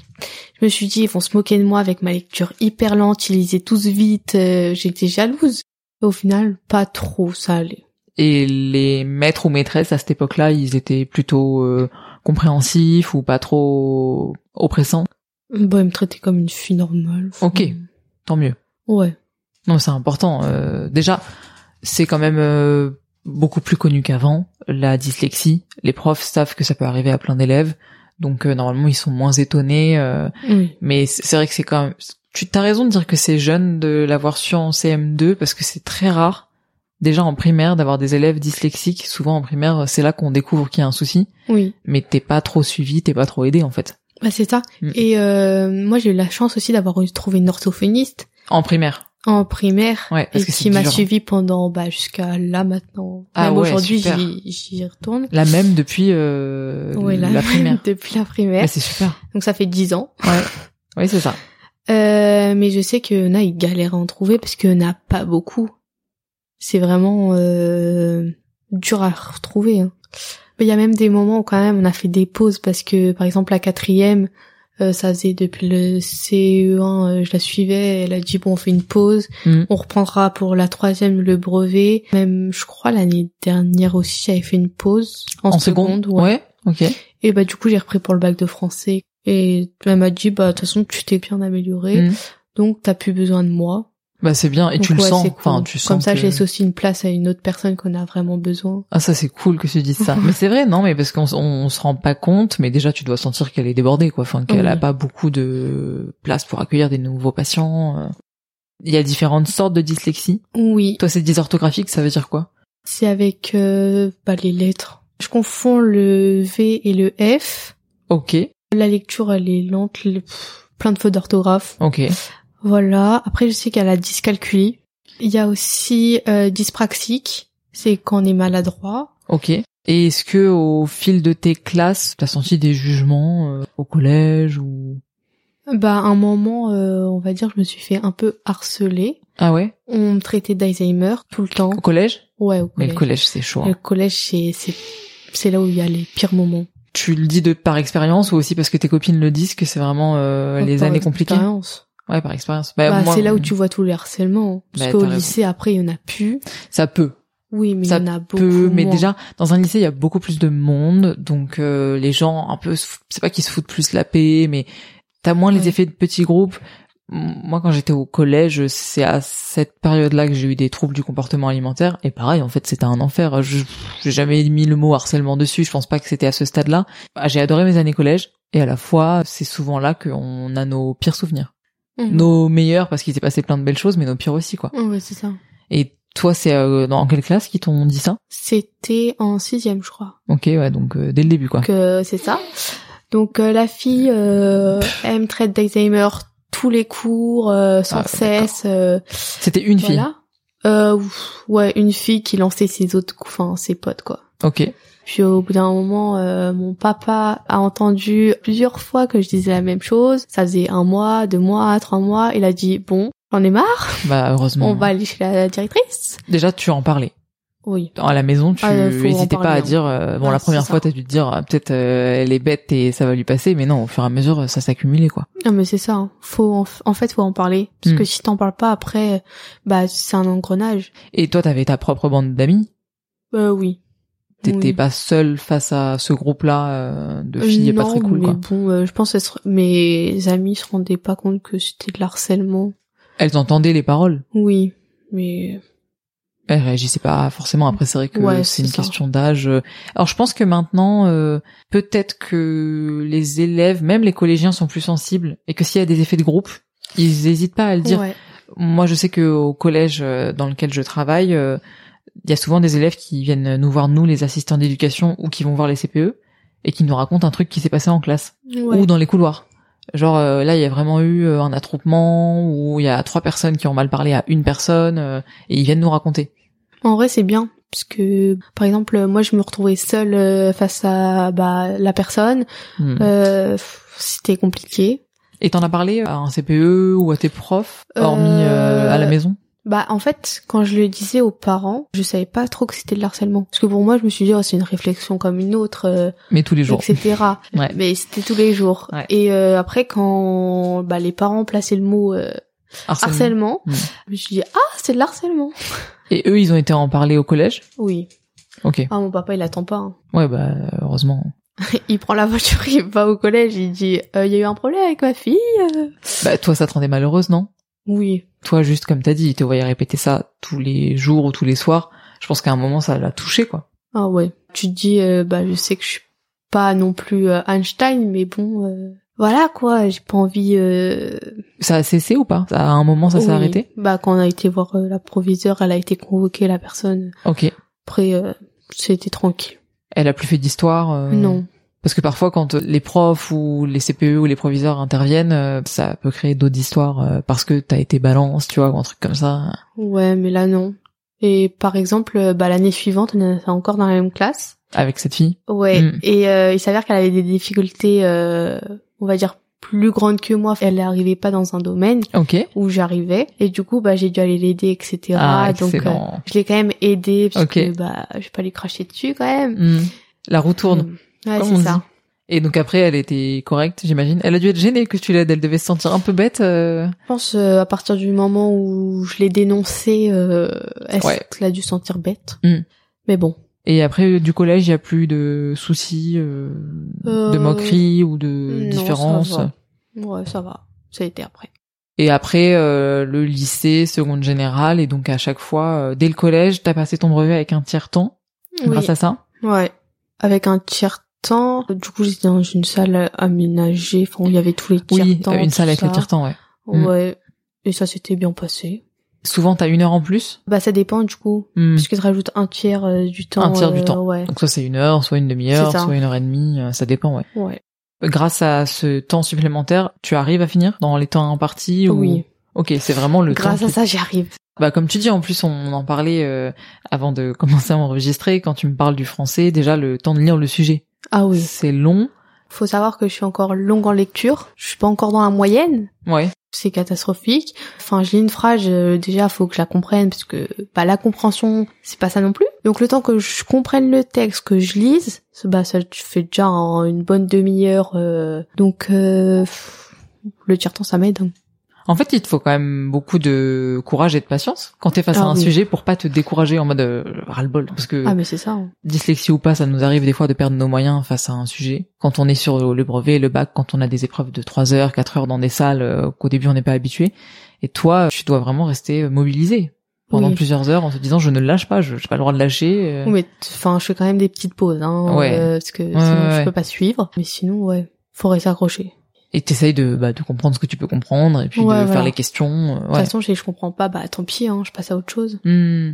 Speaker 2: je me suis dit, ils vont se moquer de moi avec ma lecture hyper lente, ils lisaient tous vite, euh, j'étais jalouse. Au final, pas trop, ça allait.
Speaker 1: Et les maîtres ou maîtresses à cette époque-là, ils étaient plutôt euh, compréhensifs ou pas trop oppressants.
Speaker 2: Bon, ils me traitaient comme une fille normale. enfin,
Speaker 1: Ok. Tant mieux.
Speaker 2: Ouais.
Speaker 1: Non, c'est important. euh, déjà, c'est quand même euh, beaucoup plus connu qu'avant la dyslexie. Les profs savent que ça peut arriver à plein d'élèves, donc euh, normalement ils sont moins étonnés. euh,
Speaker 2: Oui.
Speaker 1: mais c'est c'est vrai que c'est quand même. Tu as raison de dire que c'est jeune de l'avoir su en CM2 parce que c'est très rare. Déjà en primaire d'avoir des élèves dyslexiques. Souvent en primaire, c'est là qu'on découvre qu'il y a un souci.
Speaker 2: Oui.
Speaker 1: mais t'es pas trop suivi, t'es pas trop aidé en fait.
Speaker 2: Bah c'est ça.
Speaker 1: Mm.
Speaker 2: Et euh, moi j'ai eu la chance aussi d'avoir eu- trouvé une orthophoniste
Speaker 1: En primaire.
Speaker 2: en primaire
Speaker 1: Ouais, parce
Speaker 2: et
Speaker 1: que c'est
Speaker 2: qui m'a
Speaker 1: dur.
Speaker 2: suivi pendant bah jusqu'à là maintenant.
Speaker 1: Ah
Speaker 2: Même
Speaker 1: ouais,
Speaker 2: aujourd'hui
Speaker 1: super.
Speaker 2: j'y j'y retourne.
Speaker 1: La même depuis euh,
Speaker 2: Ouais,
Speaker 1: la,
Speaker 2: là,
Speaker 1: primaire.
Speaker 2: depuis la primaire.
Speaker 1: Ouais, c'est super.
Speaker 2: Donc ça fait 10 ans.
Speaker 1: Ouais. Oui, c'est ça.
Speaker 2: Euh, mais je sais que Na il galère à en trouver parce que n'a pas beaucoup. C'est vraiment euh, dur à retrouver. hein. Mais il y a même des moments où quand même on a fait des pauses parce que par exemple la quatrième, euh, ça faisait depuis le CE1, euh, je la suivais, elle a dit bon on fait une pause,
Speaker 1: Mhm.
Speaker 2: on reprendra pour la troisième le brevet. Même je crois l'année dernière aussi j'avais fait une pause en, seconde. ouais.
Speaker 1: ouais. Ok.
Speaker 2: Et bah du coup j'ai repris pour le bac de français. Et elle m'a dit bah de toute façon tu t'es bien amélioré,
Speaker 1: Mhm.
Speaker 2: donc t'as plus besoin de moi.
Speaker 1: Bah c'est bien et
Speaker 2: Donc,
Speaker 1: tu le
Speaker 2: ouais,
Speaker 1: sens.
Speaker 2: c'est cool.
Speaker 1: Enfin, tu
Speaker 2: Comme
Speaker 1: sens
Speaker 2: ça
Speaker 1: que-
Speaker 2: je laisse aussi une place à une autre personne qu'on a vraiment besoin.
Speaker 1: Ah ça c'est cool que tu dises ça. mais c'est vrai non mais parce qu'on s- on, on se rend pas compte mais déjà tu dois sentir qu'elle est débordée quoi. Enfin qu'elle a
Speaker 2: Oui.
Speaker 1: pas beaucoup de place pour accueillir des nouveaux patients. euh. Il y a différentes sortes de dyslexie.
Speaker 2: Oui,
Speaker 1: Toi c'est dysorthographique ça veut dire quoi
Speaker 2: c'est avec euh, bah, les lettres. Je confonds le V et le F.
Speaker 1: Ok.
Speaker 2: La lecture elle est lente, le- pff, plein de fautes d'orthographe.
Speaker 1: Ok.
Speaker 2: Voilà. Après je sais qu'il y a la dyscalculie. Il y a aussi euh, dyspraxique, c'est quand on est maladroit.
Speaker 1: Ok. Et est-ce que au fil de tes classes, t'as senti des jugements euh, au collège ou
Speaker 2: Bah, à un moment, euh, on va dire, je me suis fait un peu harceler.
Speaker 1: Ah ouais,
Speaker 2: On me traitait d'Alzheimer tout le temps.
Speaker 1: au collège
Speaker 2: Ouais, au
Speaker 1: Mais le
Speaker 2: collège.
Speaker 1: collège c'est chaud. hein.
Speaker 2: Le collège, c'est, c'est, c'est là où il y a les pires moments.
Speaker 1: Tu le dis de par expérience ou aussi parce que tes copines le disent que c'est vraiment euh, les
Speaker 2: Par
Speaker 1: années compliquées.
Speaker 2: expérience.
Speaker 1: Ouais, par expérience. Bah,
Speaker 2: Bah,
Speaker 1: moi,
Speaker 2: c'est là où tu vois tous les harcèlements. hein. Parce
Speaker 1: Bah,
Speaker 2: qu'au
Speaker 1: t'as raison.
Speaker 2: lycée, après, il y en a plus.
Speaker 1: ça peut.
Speaker 2: Oui, mais
Speaker 1: Ça
Speaker 2: il y en a beaucoup.
Speaker 1: Peu, mais
Speaker 2: moins.
Speaker 1: déjà dans un lycée il y a beaucoup plus de monde donc euh, les gens un peu se fou- c'est pas qu'ils se foutent plus la paix mais t'as moins les
Speaker 2: Ouais.
Speaker 1: effets de petits groupes M- moi quand j'étais au collège c'est à cette période là que j'ai eu des troubles du comportement alimentaire et pareil en fait c'était un enfer Je- j'ai jamais mis le mot harcèlement dessus je pense pas que c'était à ce stade là j'ai adoré mes années collège et à la fois c'est souvent là qu'on a nos pires souvenirs
Speaker 2: Mhm.
Speaker 1: nos meilleurs parce qu'il s'est passé plein de belles choses mais nos pires aussi quoi
Speaker 2: Ah Ouais, ouais, c'est ça.
Speaker 1: et toi c'est euh, dans quelle classe qui t'ont dit ça
Speaker 2: C'était en sixième, je crois.
Speaker 1: Ok, ouais, donc euh, dès le début, quoi.
Speaker 2: Donc, euh, c'est ça. Donc, euh, la fille, euh, elle me traite d'Alzheimer tous les cours, euh, sans
Speaker 1: Ah, d'accord.
Speaker 2: cesse. euh,
Speaker 1: C'était une fille.
Speaker 2: Voilà. Euh, ouf, ouais, une fille qui lançait ses autres, coups, enfin ses potes quoi.
Speaker 1: Ok.
Speaker 2: Puis au bout d'un moment, euh, mon papa a entendu plusieurs fois que je disais la même chose. Ça faisait un mois, deux mois, trois mois. Il a dit bon, j'en ai marre,
Speaker 1: Bah heureusement.
Speaker 2: on va aller chez la directrice.
Speaker 1: Déjà, tu en parlais.
Speaker 2: Oui.
Speaker 1: À la maison, tu
Speaker 2: Ah, euh, faut en
Speaker 1: hésitais pas
Speaker 2: parler,
Speaker 1: à
Speaker 2: hein.
Speaker 1: dire. euh, bon,
Speaker 2: Ah,
Speaker 1: la première
Speaker 2: c'est ça.
Speaker 1: fois, t'as dû te dire ah, peut-être euh, elle est bête et ça va lui passer, mais non, au fur et à mesure, euh, ça s'accumulait, quoi.
Speaker 2: Non mais c'est ça. hein. Faut en, en fait faut en parler parce
Speaker 1: Hmm.
Speaker 2: que si t'en parles pas après, bah c'est un engrenage.
Speaker 1: Et toi, t'avais ta propre bande d'amis.
Speaker 2: Euh, oui.
Speaker 1: T'étais
Speaker 2: Oui.
Speaker 1: pas seule face à ce groupe-là euh, de filles
Speaker 2: non,
Speaker 1: pas très cool,
Speaker 2: mais
Speaker 1: quoi.
Speaker 2: bon, euh, je pense que se... mes amis se rendaient pas compte que c'était de l'harcèlement.
Speaker 1: Elles entendaient les paroles.
Speaker 2: Oui, mais
Speaker 1: Elles réagissaient pas forcément. Après, c'est vrai que c'est
Speaker 2: Ouais, c'est
Speaker 1: une
Speaker 2: ça.
Speaker 1: question d'âge. Alors, je pense que maintenant, euh, peut-être que les élèves, même les collégiens, sont plus sensibles et que s'il y a des effets de groupe, ils hésitent pas à le dire.
Speaker 2: ouais.
Speaker 1: Moi, je sais que au collège euh, dans lequel je travaille, euh, il y a souvent des élèves qui viennent nous voir, nous, les assistants d'éducation, ou qui vont voir les CPE et qui nous racontent un truc qui s'est passé en classe.
Speaker 2: Ouais.
Speaker 1: ou dans les couloirs. Genre euh, là, il y a vraiment eu euh, un attroupement où il y a trois personnes qui ont mal parlé à une personne euh, et ils viennent nous raconter.
Speaker 2: En vrai, c'est bien parce que par exemple, euh, moi, je me retrouvais seule euh, face à bah, la personne.
Speaker 1: Hmm.
Speaker 2: Euh, pff, c'était compliqué.
Speaker 1: Et t'en as parlé à un CPE ou à tes profs, hormis euh,
Speaker 2: Euh,
Speaker 1: à la maison
Speaker 2: Bah, en fait, quand je le disais aux parents, je savais pas trop que c'était de l'harcèlement. Parce que pour moi, je me suis dit, oh, c'est une réflexion comme une autre, euh,
Speaker 1: Mais tous les jours.
Speaker 2: etc.
Speaker 1: Ouais.
Speaker 2: Mais c'était tous les jours.
Speaker 1: Ouais.
Speaker 2: Et euh, après, quand bah, les parents plaçaient le mot euh,
Speaker 1: Harcèlement.
Speaker 2: harcèlement,
Speaker 1: Mm.
Speaker 2: je me suis dit, ah, c'est de l'harcèlement.
Speaker 1: Et eux, ils ont été en parler au collège.
Speaker 2: Oui.
Speaker 1: Ok.
Speaker 2: Ah, mon papa, il attend pas. hein.
Speaker 1: Ouais, bah heureusement.
Speaker 2: Il prend la voiture, il va au collège, il dit, Euh, il y a eu un problème avec ma fille. euh.
Speaker 1: Bah toi, ça te rendait malheureuse, non
Speaker 2: Oui.
Speaker 1: Toi, juste comme t'as dit, ils te voyait répéter ça tous les jours ou tous les soirs. Je pense qu'à un moment, ça l'a touché, quoi.
Speaker 2: Ah ouais. Tu te dis, euh, bah, je sais que je suis pas non plus euh, Einstein, mais bon, euh, voilà quoi, j'ai pas envie. euh,
Speaker 1: Ça a cessé ou pas À un moment, ça s'est
Speaker 2: oui.
Speaker 1: arrêté.
Speaker 2: Bah, quand on a été voir euh, la proviseure, elle a été convoquée, la personne.
Speaker 1: Ok.
Speaker 2: Après, euh, c'était tranquille.
Speaker 1: Elle a plus fait d'histoire. euh,
Speaker 2: Non.
Speaker 1: Parce que parfois, quand euh, les profs ou les CPE ou les proviseurs interviennent, euh, ça peut créer d'autres histoires euh, parce que t'as été balance, tu vois, ou un truc comme ça.
Speaker 2: Ouais, mais là non. Et par exemple, euh, bah, l'année suivante, on était encore dans la même classe.
Speaker 1: Avec cette fille,
Speaker 2: Ouais.
Speaker 1: Mm.
Speaker 2: Et euh, il s'avère qu'elle avait des difficultés, euh, on va dire plus grandes que moi. Elle n'arrivait pas dans un domaine
Speaker 1: ok.
Speaker 2: où j'arrivais, et du coup, bah, j'ai dû aller l'aider, etc.
Speaker 1: Ah,
Speaker 2: Donc, euh,
Speaker 1: excellent.
Speaker 2: je l'ai quand même aidée parce
Speaker 1: Ok.
Speaker 2: que bah, je vais pas lui cracher dessus quand même.
Speaker 1: Hmm. La roue tourne.
Speaker 2: Euh, Ouais,
Speaker 1: comme
Speaker 2: c'est
Speaker 1: on
Speaker 2: ça.
Speaker 1: dit. Et donc après, elle était correcte, j'imagine. Elle a dû être gênée que tu l'aides. Elle devait se sentir un peu bête. euh.
Speaker 2: Je pense euh, à partir du moment où je l'ai dénoncée, euh, elle
Speaker 1: Ouais.
Speaker 2: s- elle a dû sentir bête.
Speaker 1: Mm.
Speaker 2: Mais bon.
Speaker 1: Et après, euh, du collège, il y a plus de soucis, euh, de
Speaker 2: Euh,
Speaker 1: moqueries ou de
Speaker 2: non, ça
Speaker 1: différences.
Speaker 2: va. Ouais, ça va. Ça a été après.
Speaker 1: Et après, euh, le lycée, seconde générale. Et donc à chaque fois, euh, dès le collège, t'as passé ton brevet avec un tiers temps grâce à ça.
Speaker 2: Ouais. Avec un tiers temps. Du coup, j'étais dans une salle aménagée. Enfin, où il y avait tous les tiers
Speaker 1: Oui,
Speaker 2: temps.
Speaker 1: euh, une salle avec
Speaker 2: les
Speaker 1: le tire-temps, ouais. Mm.
Speaker 2: Ouais. Et ça s'était bien passé.
Speaker 1: Souvent, t'as une heure en plus.
Speaker 2: Bah, ça dépend du coup.
Speaker 1: Mm.
Speaker 2: Parce que tu rajoutes un tiers euh, du temps.
Speaker 1: Un tiers du
Speaker 2: euh,
Speaker 1: temps.
Speaker 2: Ouais.
Speaker 1: Donc soit c'est une heure, soit une demi-heure,
Speaker 2: C'est ça.
Speaker 1: soit une heure et demie, euh, ça dépend, ouais.
Speaker 2: Ouais.
Speaker 1: Grâce à ce temps supplémentaire, tu arrives à finir dans les temps impartis ou...
Speaker 2: Oui.
Speaker 1: Ok, c'est vraiment le
Speaker 2: Grâce
Speaker 1: temps.
Speaker 2: à
Speaker 1: qui-
Speaker 2: ça, j'y arrive.
Speaker 1: Bah comme tu dis, en plus on en parlait euh, avant de commencer à enregistrer. Quand tu me parles du français, déjà le temps de lire le sujet,
Speaker 2: Ah oui.
Speaker 1: c'est long.
Speaker 2: Faut savoir que je suis encore longue en lecture. Je suis pas encore dans la moyenne.
Speaker 1: Ouais.
Speaker 2: C'est catastrophique. Enfin, je lis une phrase, euh, déjà, faut que je la comprenne parce que bah, la compréhension, c'est pas ça non plus. Donc le temps que je comprenne le texte, que je lise, ça- bah ça fait déjà en une bonne demi-heure. euh, donc euh, pff, le tiers-temps, ça m'aide. hein.
Speaker 1: En fait, il te faut quand même beaucoup de courage et de patience quand t'es face
Speaker 2: Ah
Speaker 1: à un
Speaker 2: oui.
Speaker 1: sujet pour pas te décourager en mode euh, ras-le-bol, parce que
Speaker 2: Ah mais c'est ça. hein.
Speaker 1: dyslexie ou pas, ça nous arrive des fois de perdre nos moyens face à un sujet. Quand on est sur le brevet, le bac, quand on a des épreuves de 3 heures, 4 heures dans des salles euh, qu'au début on n'est pas habitué. Et toi, tu dois vraiment rester mobilisé pendant
Speaker 2: Oui.
Speaker 1: plusieurs heures en te disant je ne lâche pas, je n'ai pas le droit de lâcher. euh.
Speaker 2: Oui, mais t- enfin, je fais quand même des petites pauses, hein,
Speaker 1: Ouais.
Speaker 2: euh, parce que sinon
Speaker 1: ouais, ouais.
Speaker 2: je peux pas suivre. Mais sinon, ouais, faut rester accroché.
Speaker 1: Et t'essayes de, bah, de comprendre ce que tu peux comprendre et puis
Speaker 2: Ouais,
Speaker 1: de
Speaker 2: voilà.
Speaker 1: faire les questions. euh,
Speaker 2: De toute
Speaker 1: ouais.
Speaker 2: façon, si je comprends pas, bah tant pis, hein, je passe à autre chose.
Speaker 1: Hmm.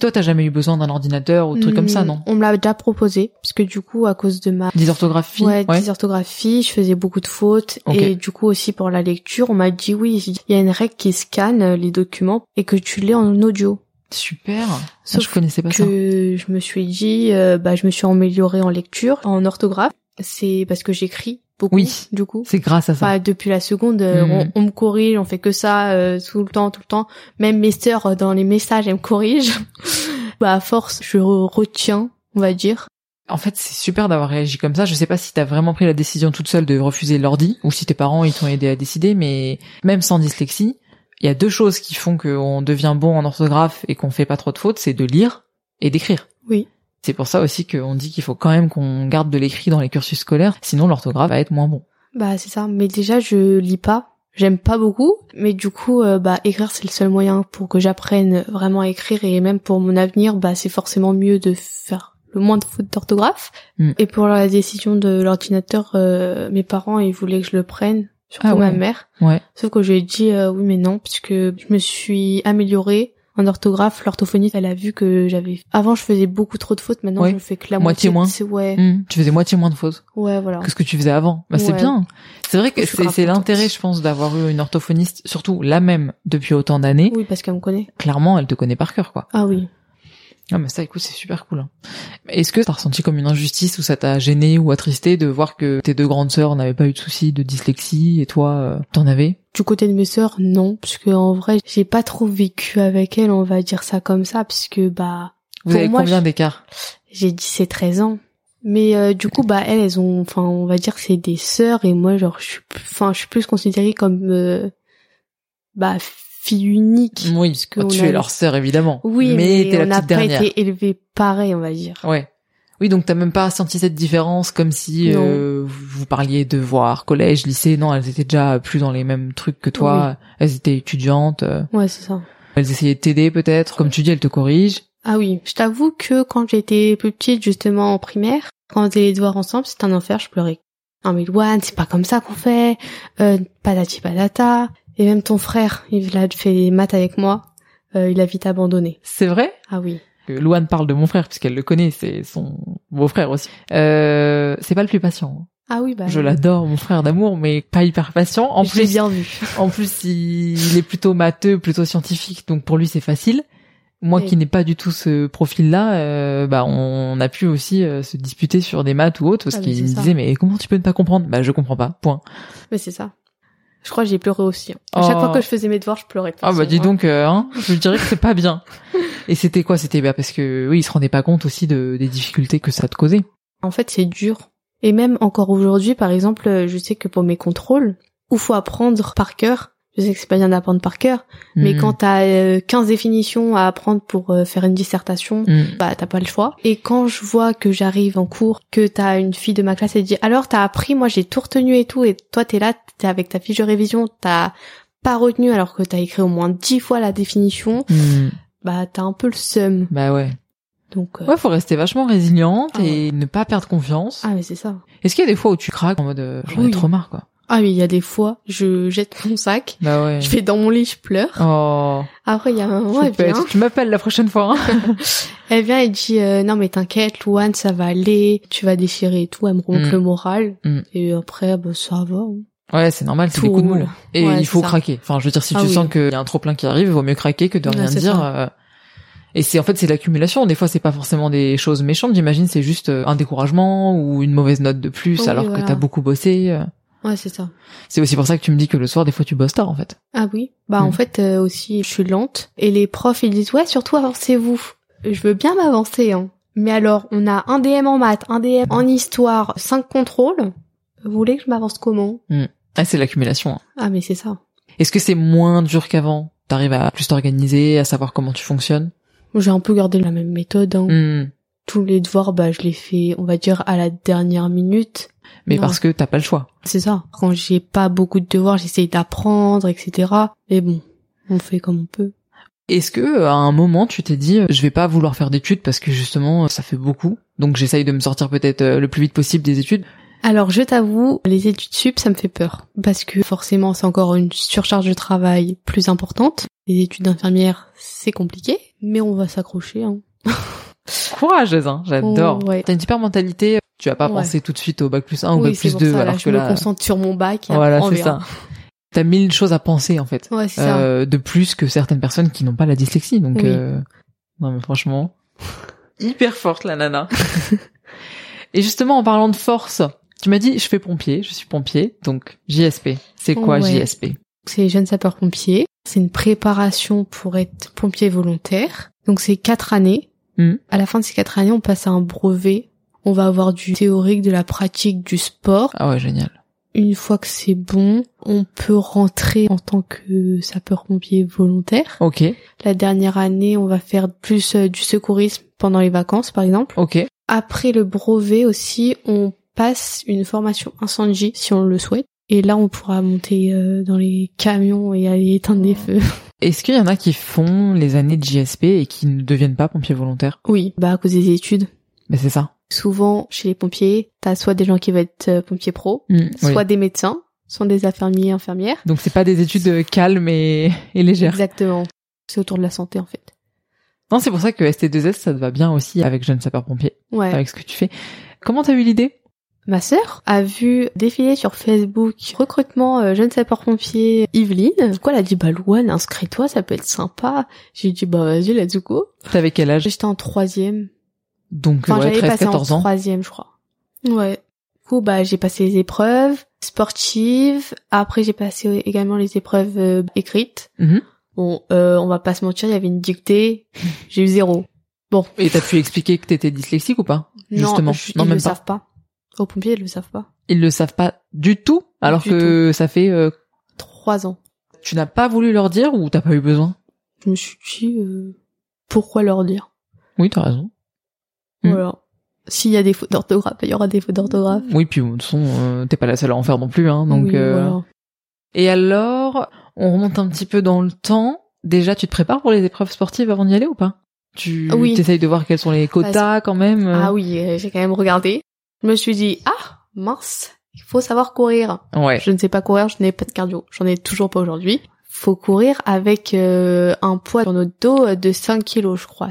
Speaker 1: Toi, t'as jamais eu besoin d'un ordinateur ou de trucs comme ça,
Speaker 2: Hmm,
Speaker 1: non
Speaker 2: On me l'a déjà proposé, parce que du coup, à cause de ma
Speaker 1: Des orthographies
Speaker 2: ouais, dysorthographie, je faisais beaucoup de fautes,
Speaker 1: Ok.
Speaker 2: et du coup aussi pour la lecture, on m'a dit oui, il y a une règle qui scanne euh, les documents et que tu l'es en audio.
Speaker 1: Super. Ah,
Speaker 2: Sauf
Speaker 1: je connaissais pas ça.
Speaker 2: que je me suis dit, euh, bah je me suis améliorée en lecture, en orthographe, c'est parce que j'écris beaucoup,
Speaker 1: Oui.
Speaker 2: du coup.
Speaker 1: C'est grâce à ça.
Speaker 2: Enfin, depuis la seconde, euh,
Speaker 1: Mm.
Speaker 2: on, on me corrige, on fait que ça euh, tout le temps, tout le temps. Même mes sœurs euh, dans les messages, elles me corrigent. bah à force, je re- retiens, on va dire.
Speaker 1: En fait, c'est super d'avoir réagi comme ça. Je sais pas si t'as vraiment pris la décision toute seule de refuser l'ordi ou si tes parents ils t'ont aidé à décider, mais même sans dyslexie, il y a deux choses qui font qu'on devient bon en orthographe et qu'on fait pas trop de fautes, c'est de lire et d'écrire.
Speaker 2: Oui.
Speaker 1: C'est pour ça aussi qu'on dit qu'il faut quand même qu'on garde de l'écrit dans les cursus scolaires, sinon l'orthographe va être moins bon.
Speaker 2: Bah c'est ça, mais déjà je lis pas, j'aime pas beaucoup, mais du coup euh, bah écrire c'est le seul moyen pour que j'apprenne vraiment à écrire et même pour mon avenir, bah c'est forcément mieux de faire le moins de fautes d'orthographe.
Speaker 1: Mm.
Speaker 2: Et pour la décision de l'ordinateur, euh, mes parents ils voulaient que je le prenne, surtout
Speaker 1: Ah ouais.
Speaker 2: ma mère.
Speaker 1: Ouais.
Speaker 2: Sauf que je lui ai dit euh, oui mais non puisque je me suis améliorée. En orthographe, l'orthophoniste, elle a vu que j'avais. Avant, je faisais beaucoup trop de fautes. Maintenant,
Speaker 1: Ouais.
Speaker 2: je fais que la
Speaker 1: Moitié
Speaker 2: moitié.
Speaker 1: moins.
Speaker 2: C'est ouais,
Speaker 1: Hmm, tu faisais moitié moins de fautes
Speaker 2: ouais, voilà.
Speaker 1: que ce que tu faisais avant. Bah, c'est
Speaker 2: Ouais.
Speaker 1: bien. C'est vrai que
Speaker 2: Je suis
Speaker 1: c'est
Speaker 2: grave
Speaker 1: c'est
Speaker 2: contente.
Speaker 1: l'intérêt, je pense, d'avoir eu une orthophoniste, surtout la même depuis autant d'années.
Speaker 2: Oui, parce qu'elle me connaît.
Speaker 1: Clairement, elle te connaît par cœur, quoi.
Speaker 2: Ah oui.
Speaker 1: Ah mais ça écoute c'est super cool. hein. Est-ce que t'as ressenti comme une injustice ou ça t'a gêné ou attristé de voir que tes deux grandes sœurs n'avaient pas eu de soucis de dyslexie et toi euh, t'en avais
Speaker 2: Du côté de mes sœurs, non, puisque en vrai, j'ai pas trop vécu avec elles, on va dire ça comme ça, puisque bah,
Speaker 1: Vous
Speaker 2: Pour
Speaker 1: avez
Speaker 2: moi,
Speaker 1: combien
Speaker 2: je-
Speaker 1: d'écart
Speaker 2: j'ai 17 13 ans. Mais euh, du coup, bah elles, elles ont enfin, on va dire que c'est des sœurs et moi genre je suis plus- enfin, je suis plus considérée comme euh, bah fille unique.
Speaker 1: Oui,
Speaker 2: parce
Speaker 1: bah,
Speaker 2: on
Speaker 1: tu
Speaker 2: a-
Speaker 1: es leur sœur évidemment.
Speaker 2: Oui,
Speaker 1: mais,
Speaker 2: mais,
Speaker 1: t'es la
Speaker 2: on n'a
Speaker 1: petite
Speaker 2: pas
Speaker 1: dernière.
Speaker 2: été élevés pareil, on va dire.
Speaker 1: Ouais. Oui, donc t'as même pas senti cette différence comme si
Speaker 2: Non.
Speaker 1: euh, vous parliez devoir, collège, lycée. Non, elles étaient déjà plus dans les mêmes trucs que toi. Elles étaient étudiantes. euh,
Speaker 2: Ouais, c'est ça.
Speaker 1: Elles essayaient de t'aider peut-être. Comme tu dis, elles te corrigent.
Speaker 2: Ah oui, je t'avoue que quand j'étais plus petite, justement en primaire, quand on faisait les devoirs ensemble, c'était un enfer, je pleurais. Non mais Loane, c'est pas comme ça qu'on fait, euh, patati patata. Et même ton frère, il a fait les maths avec moi, euh, il a vite abandonné.
Speaker 1: C'est vrai
Speaker 2: Ah oui.
Speaker 1: que Louane parle de mon frère puisqu'elle le connaît, c'est son beau-frère aussi. Euh, c'est pas le plus patient.
Speaker 2: Ah oui, bah.
Speaker 1: Je l'adore, mon frère d'amour, mais pas hyper patient. En
Speaker 2: je l'ai
Speaker 1: plus,
Speaker 2: bien vu.
Speaker 1: en plus, il, il est plutôt matheux, plutôt scientifique, donc pour lui c'est facile. Moi
Speaker 2: Oui.
Speaker 1: qui n'ai pas du tout ce profil-là, euh, bah on a pu aussi euh, se disputer sur des maths ou autre parce
Speaker 2: Ah, mais
Speaker 1: qu'il
Speaker 2: c'est
Speaker 1: me
Speaker 2: ça.
Speaker 1: disait mais comment tu peux ne pas comprendre Bah je comprends pas. Point.
Speaker 2: Mais c'est ça. Je crois que j'ai pleuré aussi. hein. À chaque
Speaker 1: Oh.
Speaker 2: fois que je faisais mes devoirs, je pleurais. de toute
Speaker 1: Ah bah
Speaker 2: façon,
Speaker 1: dis
Speaker 2: hein.
Speaker 1: donc, euh, hein, je dirais que c'est pas bien. Et c'était quoi C'était bah parce que oui, il se rendait pas compte aussi de, des difficultés que ça te causait.
Speaker 2: En fait, c'est dur. Et même encore aujourd'hui, par exemple, euh, je sais que pour mes contrôles, où faut apprendre par cœur, je sais que c'est pas bien d'apprendre par cœur, Mais
Speaker 1: Hmm.
Speaker 2: quand t'as euh, 15 définitions à apprendre pour euh, faire une dissertation,
Speaker 1: Hmm.
Speaker 2: bah t'as pas le choix. Et quand je vois que j'arrive en cours, que t'as une fille de ma classe et dit alors t'as appris, moi j'ai tout retenu et tout, et toi t'es là, t'es avec ta fiche de révision, t'as pas retenu alors que t'as écrit au moins 10 fois la définition,
Speaker 1: Hmm.
Speaker 2: bah t'as un peu le seum.
Speaker 1: Bah ouais.
Speaker 2: Donc euh,
Speaker 1: Ouais, faut rester vachement résiliente
Speaker 2: Ah
Speaker 1: et ne pas perdre confiance.
Speaker 2: ah mais c'est ça.
Speaker 1: Est-ce qu'il y a des fois où tu craques en mode euh, j'en ai
Speaker 2: Oui.
Speaker 1: trop marre quoi
Speaker 2: Ah oui, il y a des fois, je jette mon sac,
Speaker 1: Bah ouais.
Speaker 2: je vais dans mon lit, je pleure.
Speaker 1: Oh,
Speaker 2: Après il y a un
Speaker 1: faut
Speaker 2: moment, elle
Speaker 1: pas être-
Speaker 2: vient,
Speaker 1: tu m'appelles la prochaine fois. hein.
Speaker 2: elle vient et dit euh, non mais t'inquiète, Louane ça va aller, tu vas déchirer et tout, elle me remonte
Speaker 1: Mm.
Speaker 2: le moral.
Speaker 1: Mm.
Speaker 2: Et après, bah, ça va. hein.
Speaker 1: ouais, c'est normal, c'est des
Speaker 2: Tout
Speaker 1: coups de moule.
Speaker 2: roule.
Speaker 1: Et
Speaker 2: Ouais,
Speaker 1: il
Speaker 2: c'est
Speaker 1: faut
Speaker 2: ça.
Speaker 1: craquer. Enfin, je veux dire, si
Speaker 2: Ah
Speaker 1: tu
Speaker 2: oui.
Speaker 1: sens qu'il y a un trop plein qui arrive, il vaut mieux craquer que de
Speaker 2: Ouais,
Speaker 1: rien
Speaker 2: c'est
Speaker 1: dire.
Speaker 2: ça.
Speaker 1: euh, Et c'est en fait c'est l'accumulation. Des fois c'est pas forcément des choses méchantes. J'imagine c'est juste euh, un découragement ou une mauvaise note de plus
Speaker 2: Oui,
Speaker 1: alors
Speaker 2: voilà.
Speaker 1: que t'as beaucoup bossé. euh.
Speaker 2: Ouais, c'est ça.
Speaker 1: C'est aussi pour ça que tu me dis que le soir des fois tu bosses tard en fait.
Speaker 2: Ah oui. Bah,
Speaker 1: Mm.
Speaker 2: en fait, euh, aussi, je suis lente. Et les profs, ils disent, ouais, surtout avancez-vous. Je veux bien m'avancer, hein. Mais alors, on a un DM en maths, un DM en histoire, cinq contrôles. Vous voulez que je m'avance comment?
Speaker 1: Ah, c'est l'accumulation. hein.
Speaker 2: Ah, mais c'est ça.
Speaker 1: Est-ce que c'est moins dur qu'avant T'arrives à plus t'organiser, à savoir comment tu fonctionnes
Speaker 2: J'ai un peu gardé la même méthode, hein.
Speaker 1: Hmm.
Speaker 2: Tous les devoirs, bah, je les fais, on va dire, à la dernière minute.
Speaker 1: Mais
Speaker 2: Non.
Speaker 1: parce que t'as pas le choix.
Speaker 2: C'est ça. Quand j'ai pas beaucoup de devoirs, j'essaye d'apprendre, etc. Mais bon, on fait comme on peut.
Speaker 1: Est-ce que à un moment tu t'es dit euh, je vais pas vouloir faire d'études parce que justement euh, ça fait beaucoup, donc j'essaye de me sortir peut-être euh, le plus vite possible des études
Speaker 2: Alors je t'avoue, les études sup, ça me fait peur. Parce que forcément, c'est encore une surcharge de travail plus importante. Les études d'infirmière, c'est compliqué, mais on va s'accrocher. Hein.
Speaker 1: Courageuse, hein, j'adore.
Speaker 2: Oh, ouais.
Speaker 1: T'as une super mentalité. Tu vas pas
Speaker 2: Ouais.
Speaker 1: penser tout de suite au bac plus 1 ou
Speaker 2: oui,
Speaker 1: bac
Speaker 2: c'est
Speaker 1: Ah, plus
Speaker 2: pour
Speaker 1: 2
Speaker 2: ça, là,
Speaker 1: alors
Speaker 2: je
Speaker 1: que
Speaker 2: me
Speaker 1: là,
Speaker 2: concentre sur mon bac et
Speaker 1: voilà,
Speaker 2: après, on
Speaker 1: c'est ça.
Speaker 2: verra.
Speaker 1: T'as mille choses à penser en fait,
Speaker 2: Ouais, c'est ça.
Speaker 1: Euh, de plus que certaines personnes qui n'ont pas la dyslexie. Donc,
Speaker 2: Oui.
Speaker 1: euh, non mais franchement, hyper forte la nana. Et justement, en parlant de force, tu m'as dit, je fais pompier, je suis pompier, donc JSP. C'est quoi
Speaker 2: Ouais.
Speaker 1: JSP
Speaker 2: C'est les jeunes sapeurs-pompiers. C'est une préparation pour être pompier volontaire. Donc c'est quatre années.
Speaker 1: Mhm.
Speaker 2: À la fin de ces quatre années, on passe à un brevet. On va avoir du théorique, de la pratique, du sport.
Speaker 1: Ah ouais, génial.
Speaker 2: Une fois que c'est bon, on peut rentrer en tant que sapeur-pompier volontaire.
Speaker 1: Ok,
Speaker 2: La dernière année, on va faire plus euh, du secourisme pendant les vacances, par exemple.
Speaker 1: ok,
Speaker 2: Après le brevet aussi, on passe une formation incendie si on le souhaite. Et là, on pourra monter euh, dans les camions et aller éteindre des feux.
Speaker 1: Est-ce qu'il y en a qui font les années de JSP et qui ne deviennent pas pompiers volontaires
Speaker 2: Oui, bah à cause des études.
Speaker 1: Mais c'est ça.
Speaker 2: Souvent, chez les pompiers, t'as soit des gens qui veulent être euh, pompiers pro,
Speaker 1: Mm, oui.
Speaker 2: soit des médecins, soit des infirmiers et infirmières.
Speaker 1: Donc c'est pas des études euh, calmes et, et légères.
Speaker 2: Exactement. C'est autour de la santé, en fait.
Speaker 1: Non, c'est pour ça que ST2S, ça te va bien aussi avec Jeune Sapeur-Pompier,
Speaker 2: Ouais.
Speaker 1: avec ce que tu fais. Comment t'as eu l'idée
Speaker 2: Ma sœur a vu défiler sur Facebook recrutement euh, jeune sapeur-pompier Yveline. Du coup, elle a dit, bah, Louane, inscris-toi, ça peut être sympa. J'ai dit, bah, vas-y, let's go.
Speaker 1: T'avais quel âge
Speaker 2: J'étais en troisième.
Speaker 1: Donc
Speaker 2: Enfin,
Speaker 1: ouais,
Speaker 2: j'avais passé en
Speaker 1: 13-14 ans.
Speaker 2: troisième, je crois. Ouais. Du coup, bah, j'ai passé les épreuves sportives. Après, j'ai passé également les épreuves euh, écrites.
Speaker 1: Mhm.
Speaker 2: Bon, euh, on va pas se mentir, il y avait une dictée. J'ai eu zéro. Bon.
Speaker 1: Et t'as pu expliquer que t'étais dyslexique ou pas Justement.
Speaker 2: Non, je-
Speaker 1: Non,
Speaker 2: ils
Speaker 1: même
Speaker 2: le
Speaker 1: pas.
Speaker 2: savent pas. Aux pompiers, ils le savent pas.
Speaker 1: Ils le savent pas du tout, alors
Speaker 2: Du
Speaker 1: que ça fait... euh,
Speaker 2: Trois ans.
Speaker 1: tu n'as pas voulu leur dire ou t'as pas eu besoin
Speaker 2: Je me suis dit, euh, pourquoi leur dire
Speaker 1: Oui, t'as raison. Mhm.
Speaker 2: Voilà. S'il y a des fautes d'orthographe, il y aura des fautes d'orthographe.
Speaker 1: Oui, puis de toute façon, euh, t'es pas la seule à en faire non plus. Hein, donc,
Speaker 2: Oui,
Speaker 1: euh,
Speaker 2: voilà.
Speaker 1: Et alors, on remonte un petit peu dans le temps. Déjà, tu te prépares pour les épreuves sportives avant d'y aller ou pas Tu
Speaker 2: Oui.
Speaker 1: t'essayes de voir quels sont les quotas quand même
Speaker 2: Ah oui, euh, j'ai quand même regardé. Je me suis dit, ah, mince, il faut savoir courir.
Speaker 1: Ouais.
Speaker 2: Je ne sais pas courir, je n'ai pas de cardio. J'en ai toujours pas aujourd'hui. Faut courir avec euh, un poids sur notre dos euh, de 5 kilos, je crois.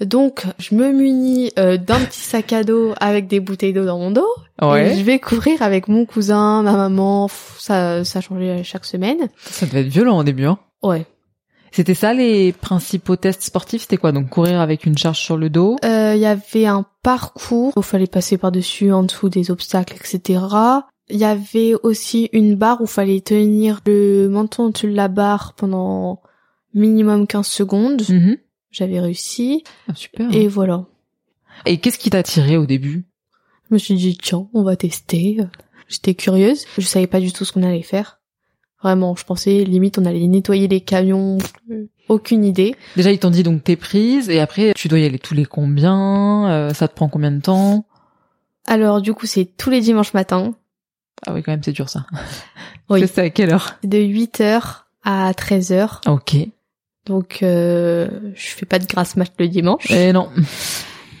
Speaker 2: Donc, je me munis euh, d'un petit sac à dos avec des bouteilles d'eau dans mon dos. Et
Speaker 1: Ouais.
Speaker 2: je vais courir avec mon cousin, ma maman. Pff, Ça, ça changeait chaque semaine.
Speaker 1: Ça devait être violent au début. Hein.
Speaker 2: Ouais.
Speaker 1: C'était ça les principaux tests sportifs C'était quoi Donc courir avec une charge sur le dos
Speaker 2: Euh, Il y avait un parcours où il fallait passer par-dessus, en dessous des obstacles, etc. Il y avait aussi une barre où il fallait tenir le menton au-dessus de la barre pendant minimum 15 secondes.
Speaker 1: Mhm.
Speaker 2: J'avais réussi.
Speaker 1: Ah, Super.
Speaker 2: Et
Speaker 1: Et,
Speaker 2: voilà.
Speaker 1: qu'est-ce qui t'a attiré au début
Speaker 2: Je me suis dit, tiens, on va tester. J'étais curieuse. Je savais pas du tout ce qu'on allait faire. Vraiment, je pensais limite on allait nettoyer les camions. Aucune idée.
Speaker 1: Déjà, ils t'ont dit donc t'es prise et après tu dois y aller tous les combien Euh, Ça te prend combien de temps
Speaker 2: Alors du coup, c'est tous les dimanches matins.
Speaker 1: Ah oui, quand même, c'est dur ça.
Speaker 2: Oui.
Speaker 1: C'était à quelle heure
Speaker 2: de 8h à 13h.
Speaker 1: Ok.
Speaker 2: Donc euh, je fais pas de grasse match le dimanche
Speaker 1: Eh non.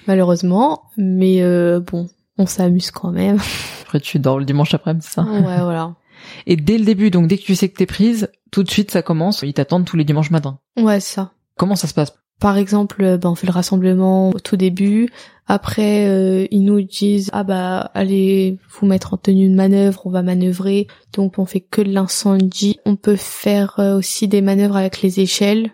Speaker 2: malheureusement, mais euh, bon, on s'amuse quand même.
Speaker 1: Après, tu dors le dimanche après-midi, c'est ça
Speaker 2: ouais, voilà.
Speaker 1: Et dès le début, donc dès que tu sais que t'es prise, tout de suite ça commence. Ils t'attendent tous les dimanches matins.
Speaker 2: Ouais, c'est ça.
Speaker 1: Comment ça se passe
Speaker 2: Par exemple, euh, ben, on fait le rassemblement au tout début. Après, euh, ils nous disent ah bah allez vous mettre en tenue de manœuvre, on va manœuvrer. Donc on fait que de l'incendie. On peut faire euh, aussi des manœuvres avec les échelles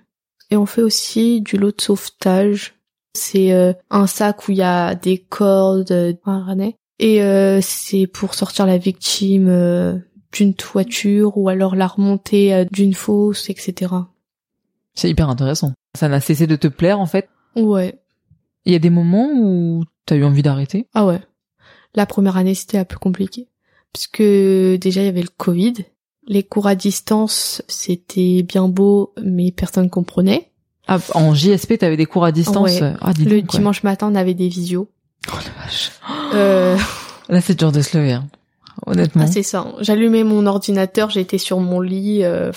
Speaker 2: et on fait aussi du lot de sauvetage. C'est euh, un sac où il y a des cordes, euh, un harnais et euh, c'est pour sortir la victime euh, d'une toiture ou alors la remonter euh, d'une fosse, etc.
Speaker 1: C'est hyper intéressant. Ça n'a cessé de te plaire en fait.
Speaker 2: Ouais.
Speaker 1: Il y a des moments où t'as eu envie d'arrêter.
Speaker 2: Ah ouais. La première année, c'était un peu compliqué. Parce que déjà, il y avait le Covid. Les cours à distance, c'était bien beau, mais personne comprenait.
Speaker 1: Ah, en JSP, t'avais des cours à distance.
Speaker 2: Ouais.
Speaker 1: Ah, dis
Speaker 2: Le
Speaker 1: donc, ouais.
Speaker 2: dimanche matin, on avait des visios.
Speaker 1: Oh la vache.
Speaker 2: Euh,
Speaker 1: Là, c'est dur de se lever. hein. Honnêtement.
Speaker 2: ah, c'est ça. J'allumais mon ordinateur, j'étais sur mon lit. euh,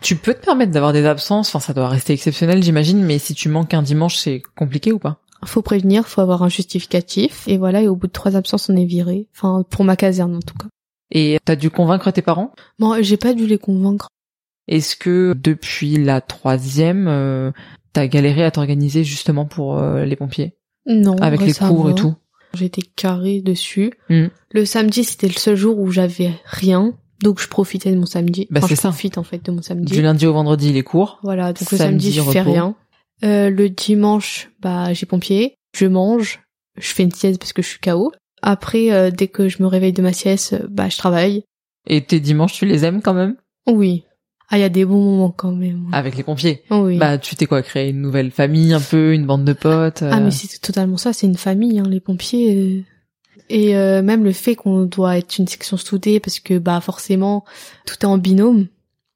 Speaker 1: tu peux te permettre d'avoir des absences. Enfin, ça doit rester exceptionnel, j'imagine. Mais si tu manques un dimanche, c'est compliqué ou pas
Speaker 2: faut prévenir, faut avoir un justificatif. Et voilà, et au bout de trois absences, on est viré. Enfin, pour ma caserne, en tout cas.
Speaker 1: Et t'as dû convaincre tes parents.
Speaker 2: Moi, j'ai pas dû les convaincre.
Speaker 1: Est-ce que depuis la troisième, euh, t'as galéré à t'organiser justement pour euh, les pompiers
Speaker 2: Non.
Speaker 1: avec
Speaker 2: ouais,
Speaker 1: les
Speaker 2: Oh, bah, ça
Speaker 1: cours et
Speaker 2: va.
Speaker 1: tout
Speaker 2: J'étais carré dessus.
Speaker 1: Mm.
Speaker 2: Le samedi, c'était le seul jour où j'avais rien, donc je profitais de mon samedi.
Speaker 1: Bah, c'est
Speaker 2: je
Speaker 1: ça.
Speaker 2: profite en fait de mon samedi.
Speaker 1: Du lundi au vendredi, les cours.
Speaker 2: Voilà, donc le
Speaker 1: Samedi,
Speaker 2: samedi, je fais
Speaker 1: repos.
Speaker 2: rien. Euh, le dimanche, bah j'ai pompier, je mange, je fais une sieste parce que je suis KO. Après, euh, dès que je me réveille de ma sieste, euh, bah je travaille.
Speaker 1: Et tes dimanches, tu les aimes quand même
Speaker 2: Oui. Ah, il y a des bons moments quand même.
Speaker 1: Avec les pompiers.
Speaker 2: Ah. oui.
Speaker 1: Bah, tu t'es quoi Créer une nouvelle famille un peu, une bande de potes euh,
Speaker 2: ah mais c'est totalement ça, c'est une famille, hein, les pompiers. euh, Et euh, même le fait qu'on doit être une section soudée parce que bah forcément tout est en binôme.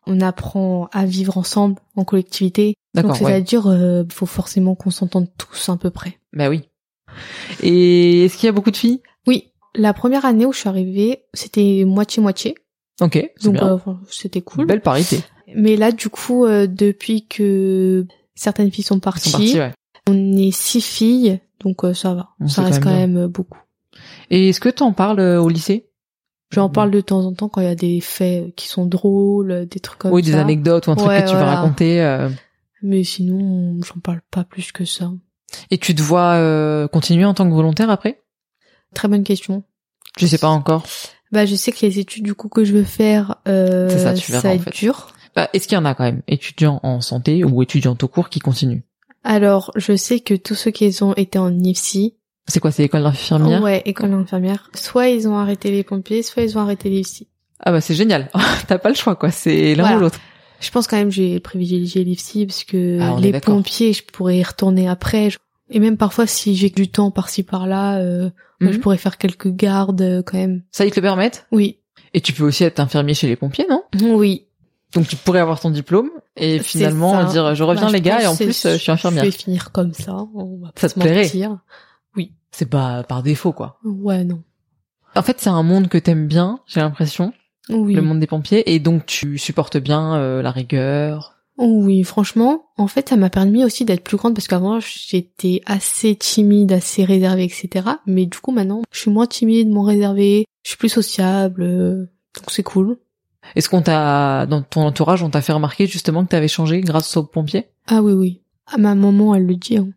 Speaker 2: On apprend à vivre ensemble en collectivité.
Speaker 1: D'accord,
Speaker 2: Donc c'est-à-dire euh, faut forcément qu'on s'entende tous à peu près.
Speaker 1: Bah oui. Et est-ce qu'il y a beaucoup de filles
Speaker 2: Oui, la première année où je suis arrivée, c'était moitié moitié.
Speaker 1: Ok, c'est
Speaker 2: Donc
Speaker 1: bien.
Speaker 2: euh, enfin, c'était cool.
Speaker 1: Belle parité.
Speaker 2: Mais là du coup euh, depuis que certaines filles sont
Speaker 1: Ils
Speaker 2: parties,
Speaker 1: sont partis, ouais.
Speaker 2: on est six filles, donc euh, ça va.
Speaker 1: Bon,
Speaker 2: ça
Speaker 1: c'est
Speaker 2: reste
Speaker 1: quand
Speaker 2: quand
Speaker 1: même
Speaker 2: même, euh, beaucoup.
Speaker 1: Et est-ce que t'en parles euh, au lycée
Speaker 2: J'en
Speaker 1: Mm-hmm.
Speaker 2: parle de temps en temps quand il y a des faits qui sont drôles, des trucs comme
Speaker 1: Oui,
Speaker 2: ça.
Speaker 1: des anecdotes ou un truc
Speaker 2: Ouais,
Speaker 1: que tu vas
Speaker 2: voilà.
Speaker 1: raconter. euh,
Speaker 2: Mais sinon, j'en parle pas plus que ça.
Speaker 1: Et tu te vois euh, continuer en tant que volontaire après
Speaker 2: Très bonne question.
Speaker 1: Je sais pas encore.
Speaker 2: Bah, je sais que les études du coup que je veux faire, euh,
Speaker 1: C'est ça, tu verras,
Speaker 2: va
Speaker 1: en
Speaker 2: être
Speaker 1: fait.
Speaker 2: dur.
Speaker 1: Bah, est-ce qu'il y en a quand même étudiants en santé ou étudiants au cours qui continuent
Speaker 2: Alors, je sais que tous ceux qui ont été en IFSI,
Speaker 1: C'est quoi C'est l'école d'infirmière
Speaker 2: ouais, école d'infirmière, soit ils ont arrêté les pompiers, soit ils ont arrêté l'IFSI.
Speaker 1: Ah bah c'est génial. T'as pas le choix quoi. C'est l'un
Speaker 2: Voilà.
Speaker 1: ou l'autre.
Speaker 2: Je pense quand même que j'ai privilégié l'IFSI parce que
Speaker 1: Ah, on est
Speaker 2: les
Speaker 1: d'accord.
Speaker 2: pompiers, je pourrais y retourner après. Je- Et même parfois, si j'ai du temps par-ci par-là, euh,
Speaker 1: Mhm.
Speaker 2: je pourrais faire quelques gardes euh, quand même.
Speaker 1: Ça ils te le permettent.
Speaker 2: Oui,
Speaker 1: Et tu peux aussi être infirmier chez les pompiers, non
Speaker 2: oui.
Speaker 1: Donc tu pourrais avoir ton diplôme et
Speaker 2: C'est
Speaker 1: finalement
Speaker 2: ça.
Speaker 1: dire je reviens
Speaker 2: Bah, je
Speaker 1: les gars
Speaker 2: pense
Speaker 1: et en
Speaker 2: que
Speaker 1: plus euh, je suis infirmière.
Speaker 2: Je vais finir comme ça. On va
Speaker 1: Ça
Speaker 2: pas
Speaker 1: te
Speaker 2: se
Speaker 1: plairait
Speaker 2: mentir.
Speaker 1: C'est pas par défaut quoi.
Speaker 2: Ouais, non.
Speaker 1: En fait c'est un monde que t'aimes bien, j'ai l'impression,
Speaker 2: Oui.
Speaker 1: le monde des pompiers et donc tu supportes bien euh, la rigueur.
Speaker 2: Oui, franchement, en fait, ça m'a permis aussi d'être plus grande parce qu'avant, j'étais assez timide, assez réservée, etc. Mais du coup, maintenant, je suis moins timide, moins réservée, je suis plus sociable, euh, donc c'est cool.
Speaker 1: Est-ce qu'on t'a dans ton entourage on t'a fait remarquer justement que t'avais changé grâce aux pompiers
Speaker 2: Ah oui, oui. Ah, ma maman, elle le dit. hein.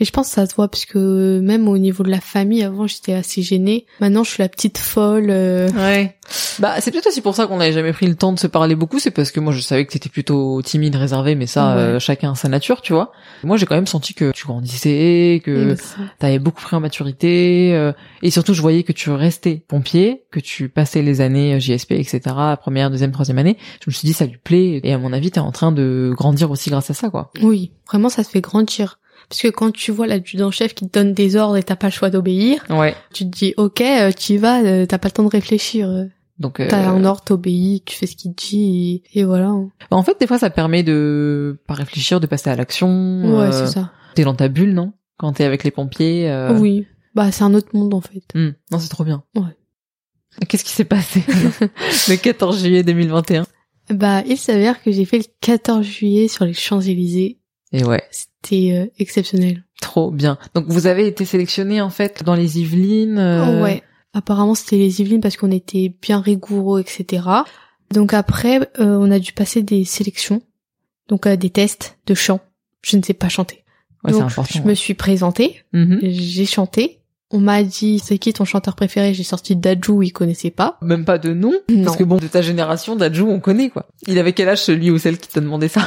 Speaker 2: Et je pense que ça se voit parce que même au niveau de la famille, avant, j'étais assez gênée. Maintenant, je suis la petite folle. euh,
Speaker 1: Ouais. Bah c'est peut-être aussi pour ça qu'on n'avait jamais pris le temps de se parler beaucoup, c'est parce que moi je savais que t'étais plutôt timide, réservé, mais ça
Speaker 2: Ouais.
Speaker 1: euh, chacun a sa nature, tu vois. Moi j'ai quand même senti que tu grandissais, que t'avais beaucoup pris en maturité, euh, et surtout je voyais que tu restais pompier, que tu passais les années euh, JSP, etc. Première, deuxième, troisième année. Je me suis dit ça lui plaît, et à mon avis t'es en train de grandir aussi grâce à ça, quoi.
Speaker 2: Oui, vraiment, ça te fait grandir. Parce que quand tu vois l'adjudant-chef qui te donne des ordres et t'as pas le choix d'obéir,
Speaker 1: Ouais.
Speaker 2: tu te dis, ok, euh, t'y vas, euh, t'as pas le temps de réfléchir. euh.
Speaker 1: Donc euh,
Speaker 2: T'as un ordre, t'obéis, tu fais ce qu'il te dit, et, et voilà. hein.
Speaker 1: bah, en fait des fois ça permet de pas réfléchir, de passer à l'action.
Speaker 2: Ouais,
Speaker 1: euh,
Speaker 2: c'est ça.
Speaker 1: T'es dans ta bulle, non Quand t'es avec les pompiers. euh,
Speaker 2: Oui. Bah, c'est un autre monde, en fait.
Speaker 1: Hmm, Non, c'est trop bien.
Speaker 2: Ouais.
Speaker 1: Qu'est-ce qui s'est passé le 14 juillet 2021
Speaker 2: Bah, il s'avère que j'ai fait le 14 juillet sur les Champs-Élysées.
Speaker 1: Et ouais,
Speaker 2: C'était euh, exceptionnel.
Speaker 1: trop bien. Donc vous avez été sélectionné en fait dans les Yvelines. euh,
Speaker 2: Oh, ouais. Apparemment, c'était les Yvelines parce qu'on était bien rigoureux, etc. Donc après, euh, on a dû passer des sélections. Donc, euh, des tests de chant. Je ne sais pas chanter.
Speaker 1: ouais, c'est
Speaker 2: Donc,
Speaker 1: important.
Speaker 2: je me suis présentée.
Speaker 1: Mhm.
Speaker 2: J'ai chanté. On m'a dit, c'est qui ton chanteur préféré? J'ai sorti Dajou, il connaissait pas.
Speaker 1: Même pas de nom,
Speaker 2: Non.
Speaker 1: parce que bon, de ta génération, d'Adjou, on connaît quoi. Il avait quel âge celui ou celle qui t'a demandé ça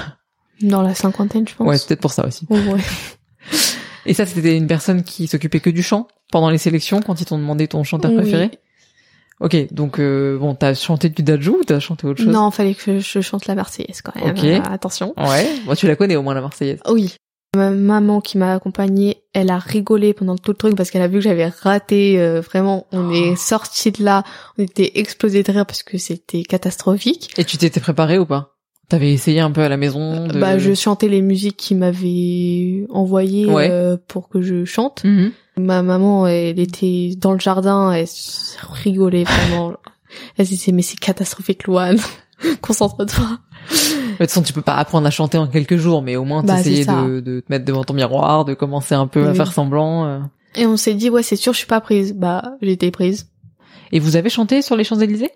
Speaker 2: Dans la cinquantaine, je pense.
Speaker 1: Ouais, c'est peut-être pour ça aussi.
Speaker 2: Oh, ouais.
Speaker 1: Et ça, c'était une personne qui s'occupait que du chant pendant les sélections, quand ils t'ont demandé ton chanteur
Speaker 2: Oui.
Speaker 1: préféré. Ok, donc euh, bon, t'as chanté du Dajou ou t'as chanté autre chose
Speaker 2: Non, fallait que je chante la Marseillaise quand même.
Speaker 1: Ok.
Speaker 2: Euh, attention.
Speaker 1: Ouais, bon, tu la connais au moins la Marseillaise.
Speaker 2: Ah Oui. Ma maman qui m'a accompagnée, elle a rigolé pendant tout le truc parce qu'elle a vu que j'avais raté. euh, vraiment, on
Speaker 1: Oh.
Speaker 2: est sorti de là, on était explosé de rire parce que c'était catastrophique.
Speaker 1: Et tu t'étais préparé ou pas T'avais essayé un peu à la maison de... Mhm.
Speaker 2: Bah, je chantais les musiques qu'il m'avait envoyées
Speaker 1: Ouais.
Speaker 2: euh, pour que je chante.
Speaker 1: Mhm.
Speaker 2: Ma maman, elle était dans le jardin, elle s- rigolait vraiment. elle se disait mais c'est catastrophique, Louane. Concentre-toi.
Speaker 1: De toute façon, tu peux pas apprendre à chanter en quelques jours, mais au moins
Speaker 2: Bah,
Speaker 1: t'essayer
Speaker 2: c'est ça.
Speaker 1: de, de te mettre devant ton miroir, de commencer un peu à
Speaker 2: Oui.
Speaker 1: faire semblant. euh.
Speaker 2: Et on s'est dit ouais c'est sûr je suis pas prise. Bah j'étais prise.
Speaker 1: Et vous avez chanté sur les Champs-Élysées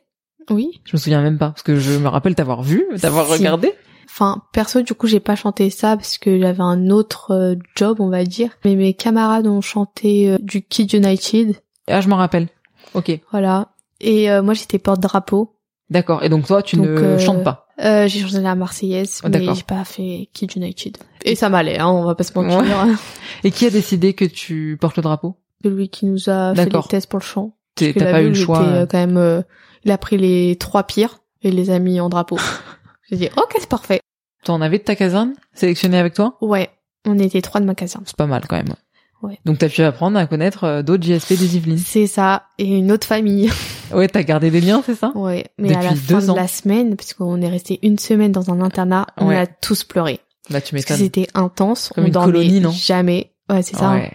Speaker 2: Oui.
Speaker 1: Je me souviens même pas, parce que je me rappelle t'avoir vu, t'avoir
Speaker 2: Si.
Speaker 1: regardé.
Speaker 2: Enfin, perso, du coup, j'ai pas chanté ça parce que j'avais un autre euh, job, on va dire. Mais mes camarades ont chanté euh, du Kid United,
Speaker 1: Ah, je m'en rappelle. Ok,
Speaker 2: voilà. Et euh, moi, j'étais porte-drapeau.
Speaker 1: d'accord. Et donc toi, tu
Speaker 2: Donc,
Speaker 1: ne
Speaker 2: euh,
Speaker 1: chantes pas.
Speaker 2: Euh, j'ai chanté la Marseillaise,
Speaker 1: Oh,
Speaker 2: mais
Speaker 1: d'accord.
Speaker 2: j'ai pas fait Kid United. Et ça m'allait, hein, on va pas se mentir.
Speaker 1: Et qui a décidé que tu portes le drapeau
Speaker 2: Celui qui nous a fait les
Speaker 1: D'accord.
Speaker 2: tests pour le chant.
Speaker 1: T'es-
Speaker 2: Parce que
Speaker 1: T'as
Speaker 2: la
Speaker 1: pas eu
Speaker 2: vue,
Speaker 1: le
Speaker 2: il
Speaker 1: choix.
Speaker 2: était, euh,
Speaker 1: euh.
Speaker 2: quand même, euh, il a pris les trois pires et les a mis en drapeau. j'ai dit, ok, c'est parfait.
Speaker 1: T'en avais de ta caserne sélectionnée avec toi
Speaker 2: Ouais, on était trois de ma caserne.
Speaker 1: C'est pas mal quand même.
Speaker 2: Ouais.
Speaker 1: Donc t'as pu apprendre à connaître euh, d'autres JSP des Yvelines.
Speaker 2: C'est ça, et une autre famille.
Speaker 1: Ouais, t'as gardé des liens, c'est ça
Speaker 2: Ouais, mais à la
Speaker 1: Depuis
Speaker 2: fin
Speaker 1: deux
Speaker 2: de
Speaker 1: ans.
Speaker 2: la semaine, parce qu'on est resté une semaine dans un internat, on
Speaker 1: Ouais.
Speaker 2: a tous pleuré.
Speaker 1: Bah tu
Speaker 2: Parce que
Speaker 1: m'étonnes.
Speaker 2: c'était intense,
Speaker 1: Comme
Speaker 2: on
Speaker 1: une
Speaker 2: dormait
Speaker 1: colonie, non
Speaker 2: jamais. Ouais, c'est ça,
Speaker 1: Ouais.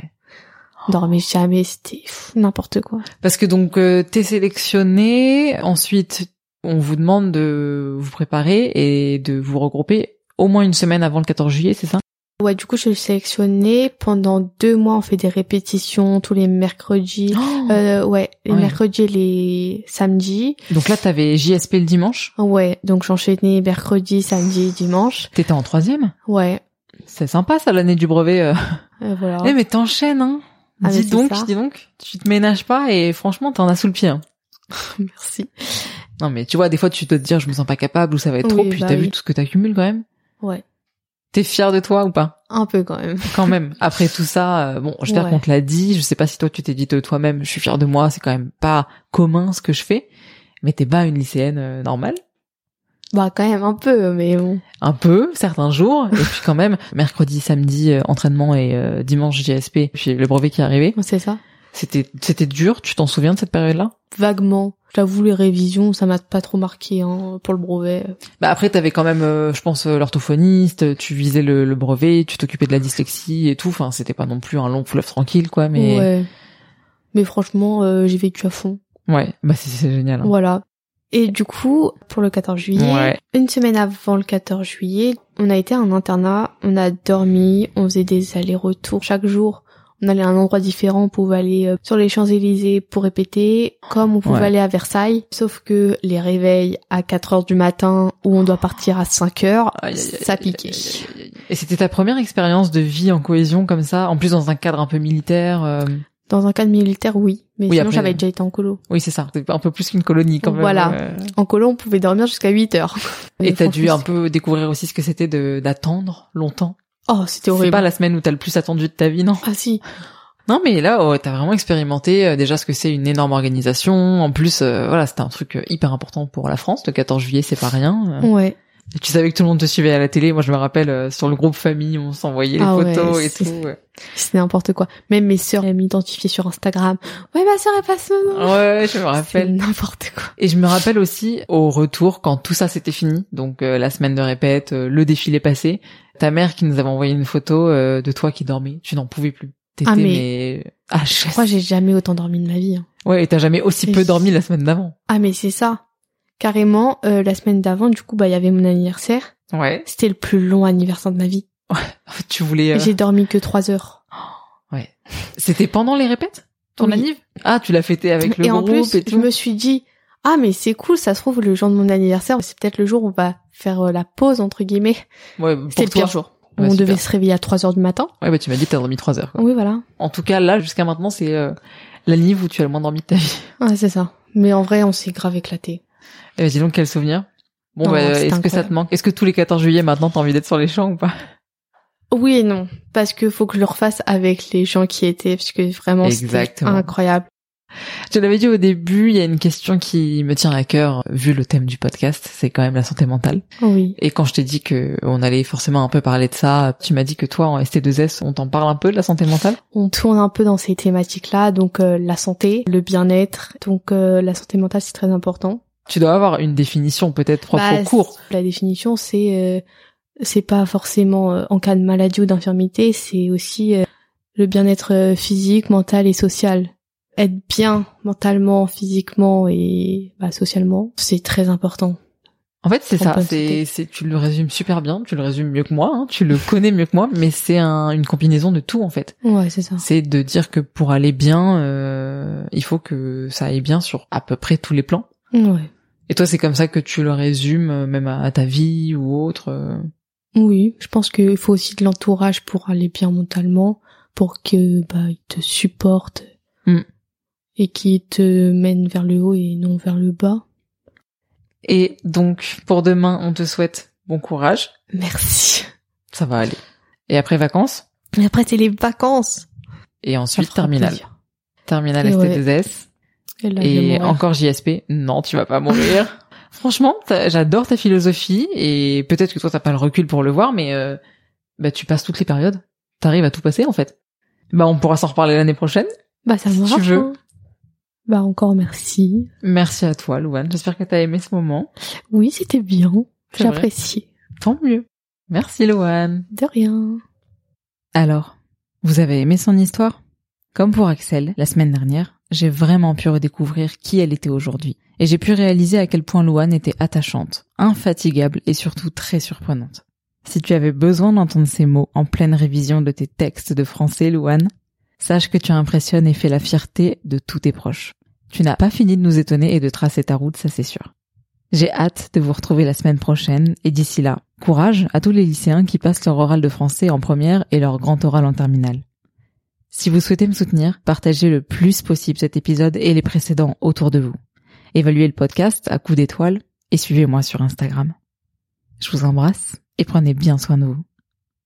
Speaker 2: on dormait jamais, c'était pff, n'importe quoi.
Speaker 1: Parce que donc euh, t'es sélectionné, ensuite on vous demande de vous préparer et de vous regrouper au moins une semaine avant le 14 juillet, c'est ça
Speaker 2: Ouais, du coup, je suis sélectionnée. Pendant deux mois, on fait des répétitions tous les mercredis.
Speaker 1: Oh.
Speaker 2: Euh, ouais, les
Speaker 1: Ouais.
Speaker 2: mercredis et les samedis.
Speaker 1: Donc là t'avais JSP le dimanche,
Speaker 2: Ouais, donc j'enchaînais mercredi, samedi, dimanche.
Speaker 1: t'étais en troisième.
Speaker 2: Ouais,
Speaker 1: C'est sympa ça l'année du brevet. euh.
Speaker 2: euh, voilà.
Speaker 1: Eh mais t'enchaînes hein.
Speaker 2: Ah, mais
Speaker 1: dis
Speaker 2: c'est
Speaker 1: donc,
Speaker 2: ça.
Speaker 1: dis donc, tu te ménages pas et franchement t'en as sous le pied. hein.
Speaker 2: Merci.
Speaker 1: Non mais tu vois des fois tu dois te dire je me sens pas capable ou ça va être trop
Speaker 2: Oui,
Speaker 1: puis
Speaker 2: bah
Speaker 1: t'as
Speaker 2: oui.
Speaker 1: vu tout ce que t'accumules quand même.
Speaker 2: Ouais,
Speaker 1: T'es fier de toi ou pas
Speaker 2: un peu quand même.
Speaker 1: quand même. Après tout ça, euh, bon, j'espère
Speaker 2: Ouais.
Speaker 1: qu'on te l'a dit. Je sais pas si toi tu t'es dit de toi-même, je suis fière de moi. C'est quand même pas commun ce que je fais. Mais t'es pas une lycéenne euh, normale.
Speaker 2: Bah, quand même un peu, mais bon.
Speaker 1: Un peu, certains jours. Et puis quand même, mercredi, samedi, euh, entraînement et euh, dimanche JSP. Puis le brevet qui est arrivé.
Speaker 2: C'est ça.
Speaker 1: C'était, c'était dur. Tu t'en souviens de cette période-là
Speaker 2: Vaguement. J'avoue, les révisions, ça m'a pas trop marqué, hein, pour le brevet.
Speaker 1: Bah après, t'avais quand même, euh, je pense, euh, l'orthophoniste. Tu visais le, le brevet. Tu t'occupais de la dyslexie et tout. Enfin, c'était pas non plus un long fleuve tranquille, quoi. Mais ouais,
Speaker 2: Ouais. Mais franchement, euh, j'ai vécu à fond.
Speaker 1: bah c'est, c'est génial. hein.
Speaker 2: Voilà. Et du coup, pour le 14 juillet,
Speaker 1: Ouais.
Speaker 2: une semaine avant le 14 juillet, on a été à un internat, on a dormi, on faisait des allers-retours chaque jour. On allait à un endroit différent, on pouvait aller euh, sur les Champs-Élysées pour répéter, comme on pouvait
Speaker 1: Ouais.
Speaker 2: aller à Versailles. Sauf que les réveils à 4 heures du matin où on doit partir à 5 heures,
Speaker 1: Aïe, aïe, aïe,
Speaker 2: ça
Speaker 1: aïe, aïe,
Speaker 2: piquait.
Speaker 1: aïe, aïe. Et c'était ta première expérience de vie en cohésion comme ça, en plus dans un cadre un peu militaire. euh,
Speaker 2: Dans un cadre militaire, oui. Mais
Speaker 1: Oui,
Speaker 2: sinon,
Speaker 1: après- euh,
Speaker 2: j'avais déjà été en colo.
Speaker 1: Oui, c'est ça. C'est un peu plus qu'une colonie quand même.
Speaker 2: Voilà.
Speaker 1: euh.
Speaker 2: En colo, on pouvait dormir jusqu'à 8 heures.
Speaker 1: Et t'as dû
Speaker 2: Franchement,
Speaker 1: un peu découvrir aussi ce que c'était de d'attendre longtemps.
Speaker 2: Oh, c'était
Speaker 1: C'est
Speaker 2: horrible.
Speaker 1: pas la semaine où t'as le plus attendu de ta vie, non
Speaker 2: Ah si,
Speaker 1: Non, mais là, oh, t'as vraiment expérimenté euh, déjà ce que c'est une énorme organisation. En plus, euh, voilà, c'était un truc euh, hyper important pour la France. Le 14 juillet, c'est pas rien. Euh,
Speaker 2: ouais.
Speaker 1: et tu savais que tout le monde te suivait à la télé. Moi, je me rappelle euh, sur le groupe famille, on s'envoyait les
Speaker 2: Ah ouais,
Speaker 1: photos et
Speaker 2: c'est-
Speaker 1: tout. ouais.
Speaker 2: C'est n'importe quoi. Même mes sœurs elles m'identifiaient sur Instagram. Ouais, ma sœur est passe
Speaker 1: Ouais, je me
Speaker 2: C'est
Speaker 1: rappelle.
Speaker 2: n'importe quoi.
Speaker 1: Et je me rappelle aussi au retour quand tout ça c'était fini, donc euh, la semaine de répète, euh, le défilé passé, ta mère qui nous avait envoyé une photo euh, de toi qui dormais, tu n'en pouvais plus. T'étais
Speaker 2: Ah,
Speaker 1: mais, ah je
Speaker 2: Je crois que j'ai jamais autant dormi de ma vie. hein.
Speaker 1: Ouais, et t'as jamais aussi
Speaker 2: Mais
Speaker 1: peu
Speaker 2: je-
Speaker 1: dormi la semaine d'avant.
Speaker 2: Ah mais c'est ça. Carrément, euh, la semaine d'avant, du coup, bah il y avait mon anniversaire.
Speaker 1: Ouais.
Speaker 2: C'était le plus long anniversaire de ma vie.
Speaker 1: Tu voulais. euh,
Speaker 2: J'ai dormi que trois heures.
Speaker 1: C'était pendant les répètes ton
Speaker 2: Oui.
Speaker 1: anniv Ah, tu l'as fêté avec le
Speaker 2: et en
Speaker 1: groupe
Speaker 2: plus,
Speaker 1: et
Speaker 2: je
Speaker 1: tout.
Speaker 2: me suis dit, ah mais c'est cool, ça se trouve le jour de mon anniversaire, c'est peut-être le jour où on va faire euh, la pause entre guillemets.
Speaker 1: Ouais, pour
Speaker 2: C'était le
Speaker 1: toi.
Speaker 2: pire jour.
Speaker 1: Ouais,
Speaker 2: on
Speaker 1: super.
Speaker 2: devait se réveiller à 3 heures du matin.
Speaker 1: Ouais, bah tu m'as dit que t'as dormi trois heures. Quoi.
Speaker 2: Oui, voilà.
Speaker 1: En tout cas, là jusqu'à maintenant, c'est euh, la où tu as le moins dormi de ta vie.
Speaker 2: Ah, c'est ça. Mais en vrai, on s'est grave éclaté.
Speaker 1: Eh ben, dis donc quel souvenir. Bon,
Speaker 2: Non,
Speaker 1: bah,
Speaker 2: c'était
Speaker 1: est-ce que ça te
Speaker 2: incroyable.
Speaker 1: manque Est-ce que tous les 14 juillet maintenant t'as envie d'être sur les champs ou pas
Speaker 2: Oui et non, parce que faut que je le refasse avec les gens qui étaient, parce que vraiment c'était
Speaker 1: Exactement.
Speaker 2: incroyable.
Speaker 1: Je l'avais dit au début, il y a une question qui me tient à cœur vu le thème du podcast, c'est quand même la santé mentale.
Speaker 2: Oui.
Speaker 1: Et quand je t'ai dit que on allait forcément un peu parler de ça, tu m'as dit que toi en ST2S, on t'en parle un peu de la santé mentale
Speaker 2: On tourne un peu dans ces thématiques-là, donc euh, la santé, le bien-être, donc euh, la santé mentale c'est très important.
Speaker 1: Tu dois avoir une définition peut-être propre
Speaker 2: Bah,
Speaker 1: au cours.
Speaker 2: La définition c'est euh, c'est pas forcément euh, en cas de maladie ou d'infirmité, c'est aussi euh, le bien-être euh, physique, mental et social. Être bien mentalement, physiquement et bah, socialement, c'est très important.
Speaker 1: En fait, c'est
Speaker 2: en
Speaker 1: ça,
Speaker 2: bonne
Speaker 1: c'est
Speaker 2: santé.
Speaker 1: c'est tu le résumes super bien, tu le résumes mieux que moi, hein, tu le connais mieux que moi, mais c'est un- une combinaison de tout en fait.
Speaker 2: Ouais, c'est ça.
Speaker 1: c'est de dire que pour aller bien, euh, il faut que ça aille bien sur à peu près tous les plans.
Speaker 2: Ouais.
Speaker 1: Et toi, c'est comme ça que tu le résumes, euh, même à, à ta vie ou autre. euh.
Speaker 2: Oui, je pense qu'il faut aussi de l'entourage pour aller bien mentalement, pour que bah ils te supportent
Speaker 1: Mm.
Speaker 2: et qu'ils te mènent vers le haut et non vers le bas.
Speaker 1: Et donc, pour demain, on te souhaite bon courage.
Speaker 2: Merci.
Speaker 1: Ça va aller. Et après vacances
Speaker 2: Mais après c'est les vacances.
Speaker 1: Et
Speaker 2: Ça
Speaker 1: ensuite,
Speaker 2: fera
Speaker 1: terminale.
Speaker 2: plaisir.
Speaker 1: Terminale
Speaker 2: Et ouais.
Speaker 1: ST2S.
Speaker 2: Et, là, je vais
Speaker 1: Et
Speaker 2: mourir.
Speaker 1: encore JSP. Non, tu vas pas mourir. Franchement, t'as- j'adore ta philosophie et peut-être que toi, t'as pas le recul pour le voir, mais euh, bah, tu passes toutes les périodes. T'arrives à tout passer, en fait. Bah, on pourra s'en reparler l'année prochaine.
Speaker 2: Bah, ça
Speaker 1: Si
Speaker 2: me
Speaker 1: tu
Speaker 2: va,
Speaker 1: veux.
Speaker 2: hein. Bah, encore merci.
Speaker 1: Merci à toi, Louane. J'espère que t'as aimé ce moment.
Speaker 2: Oui, c'était bien.
Speaker 1: C'est
Speaker 2: J'ai
Speaker 1: vrai.
Speaker 2: apprécié.
Speaker 1: Tant mieux. Merci, Louane.
Speaker 2: De rien.
Speaker 1: Alors, vous avez aimé son histoire Comme pour Axel, la semaine dernière, j'ai vraiment pu redécouvrir qui elle était aujourd'hui. Et j'ai pu réaliser à quel point Louane était attachante, infatigable et surtout très surprenante. Si tu avais besoin d'entendre ces mots en pleine révision de tes textes de français, Louane, sache que tu impressionnes et fais la fierté de tous tes proches. Tu n'as pas fini de nous étonner et de tracer ta route, ça c'est sûr. J'ai hâte de vous retrouver la semaine prochaine et d'ici là, courage à tous les lycéens qui passent leur oral de français en première et leur grand oral en terminale. Si vous souhaitez me soutenir, partagez le plus possible cet épisode et les précédents autour de vous. Évaluez le podcast à coups d'étoiles et suivez-moi sur Instagram. Je vous embrasse et prenez bien soin de vous.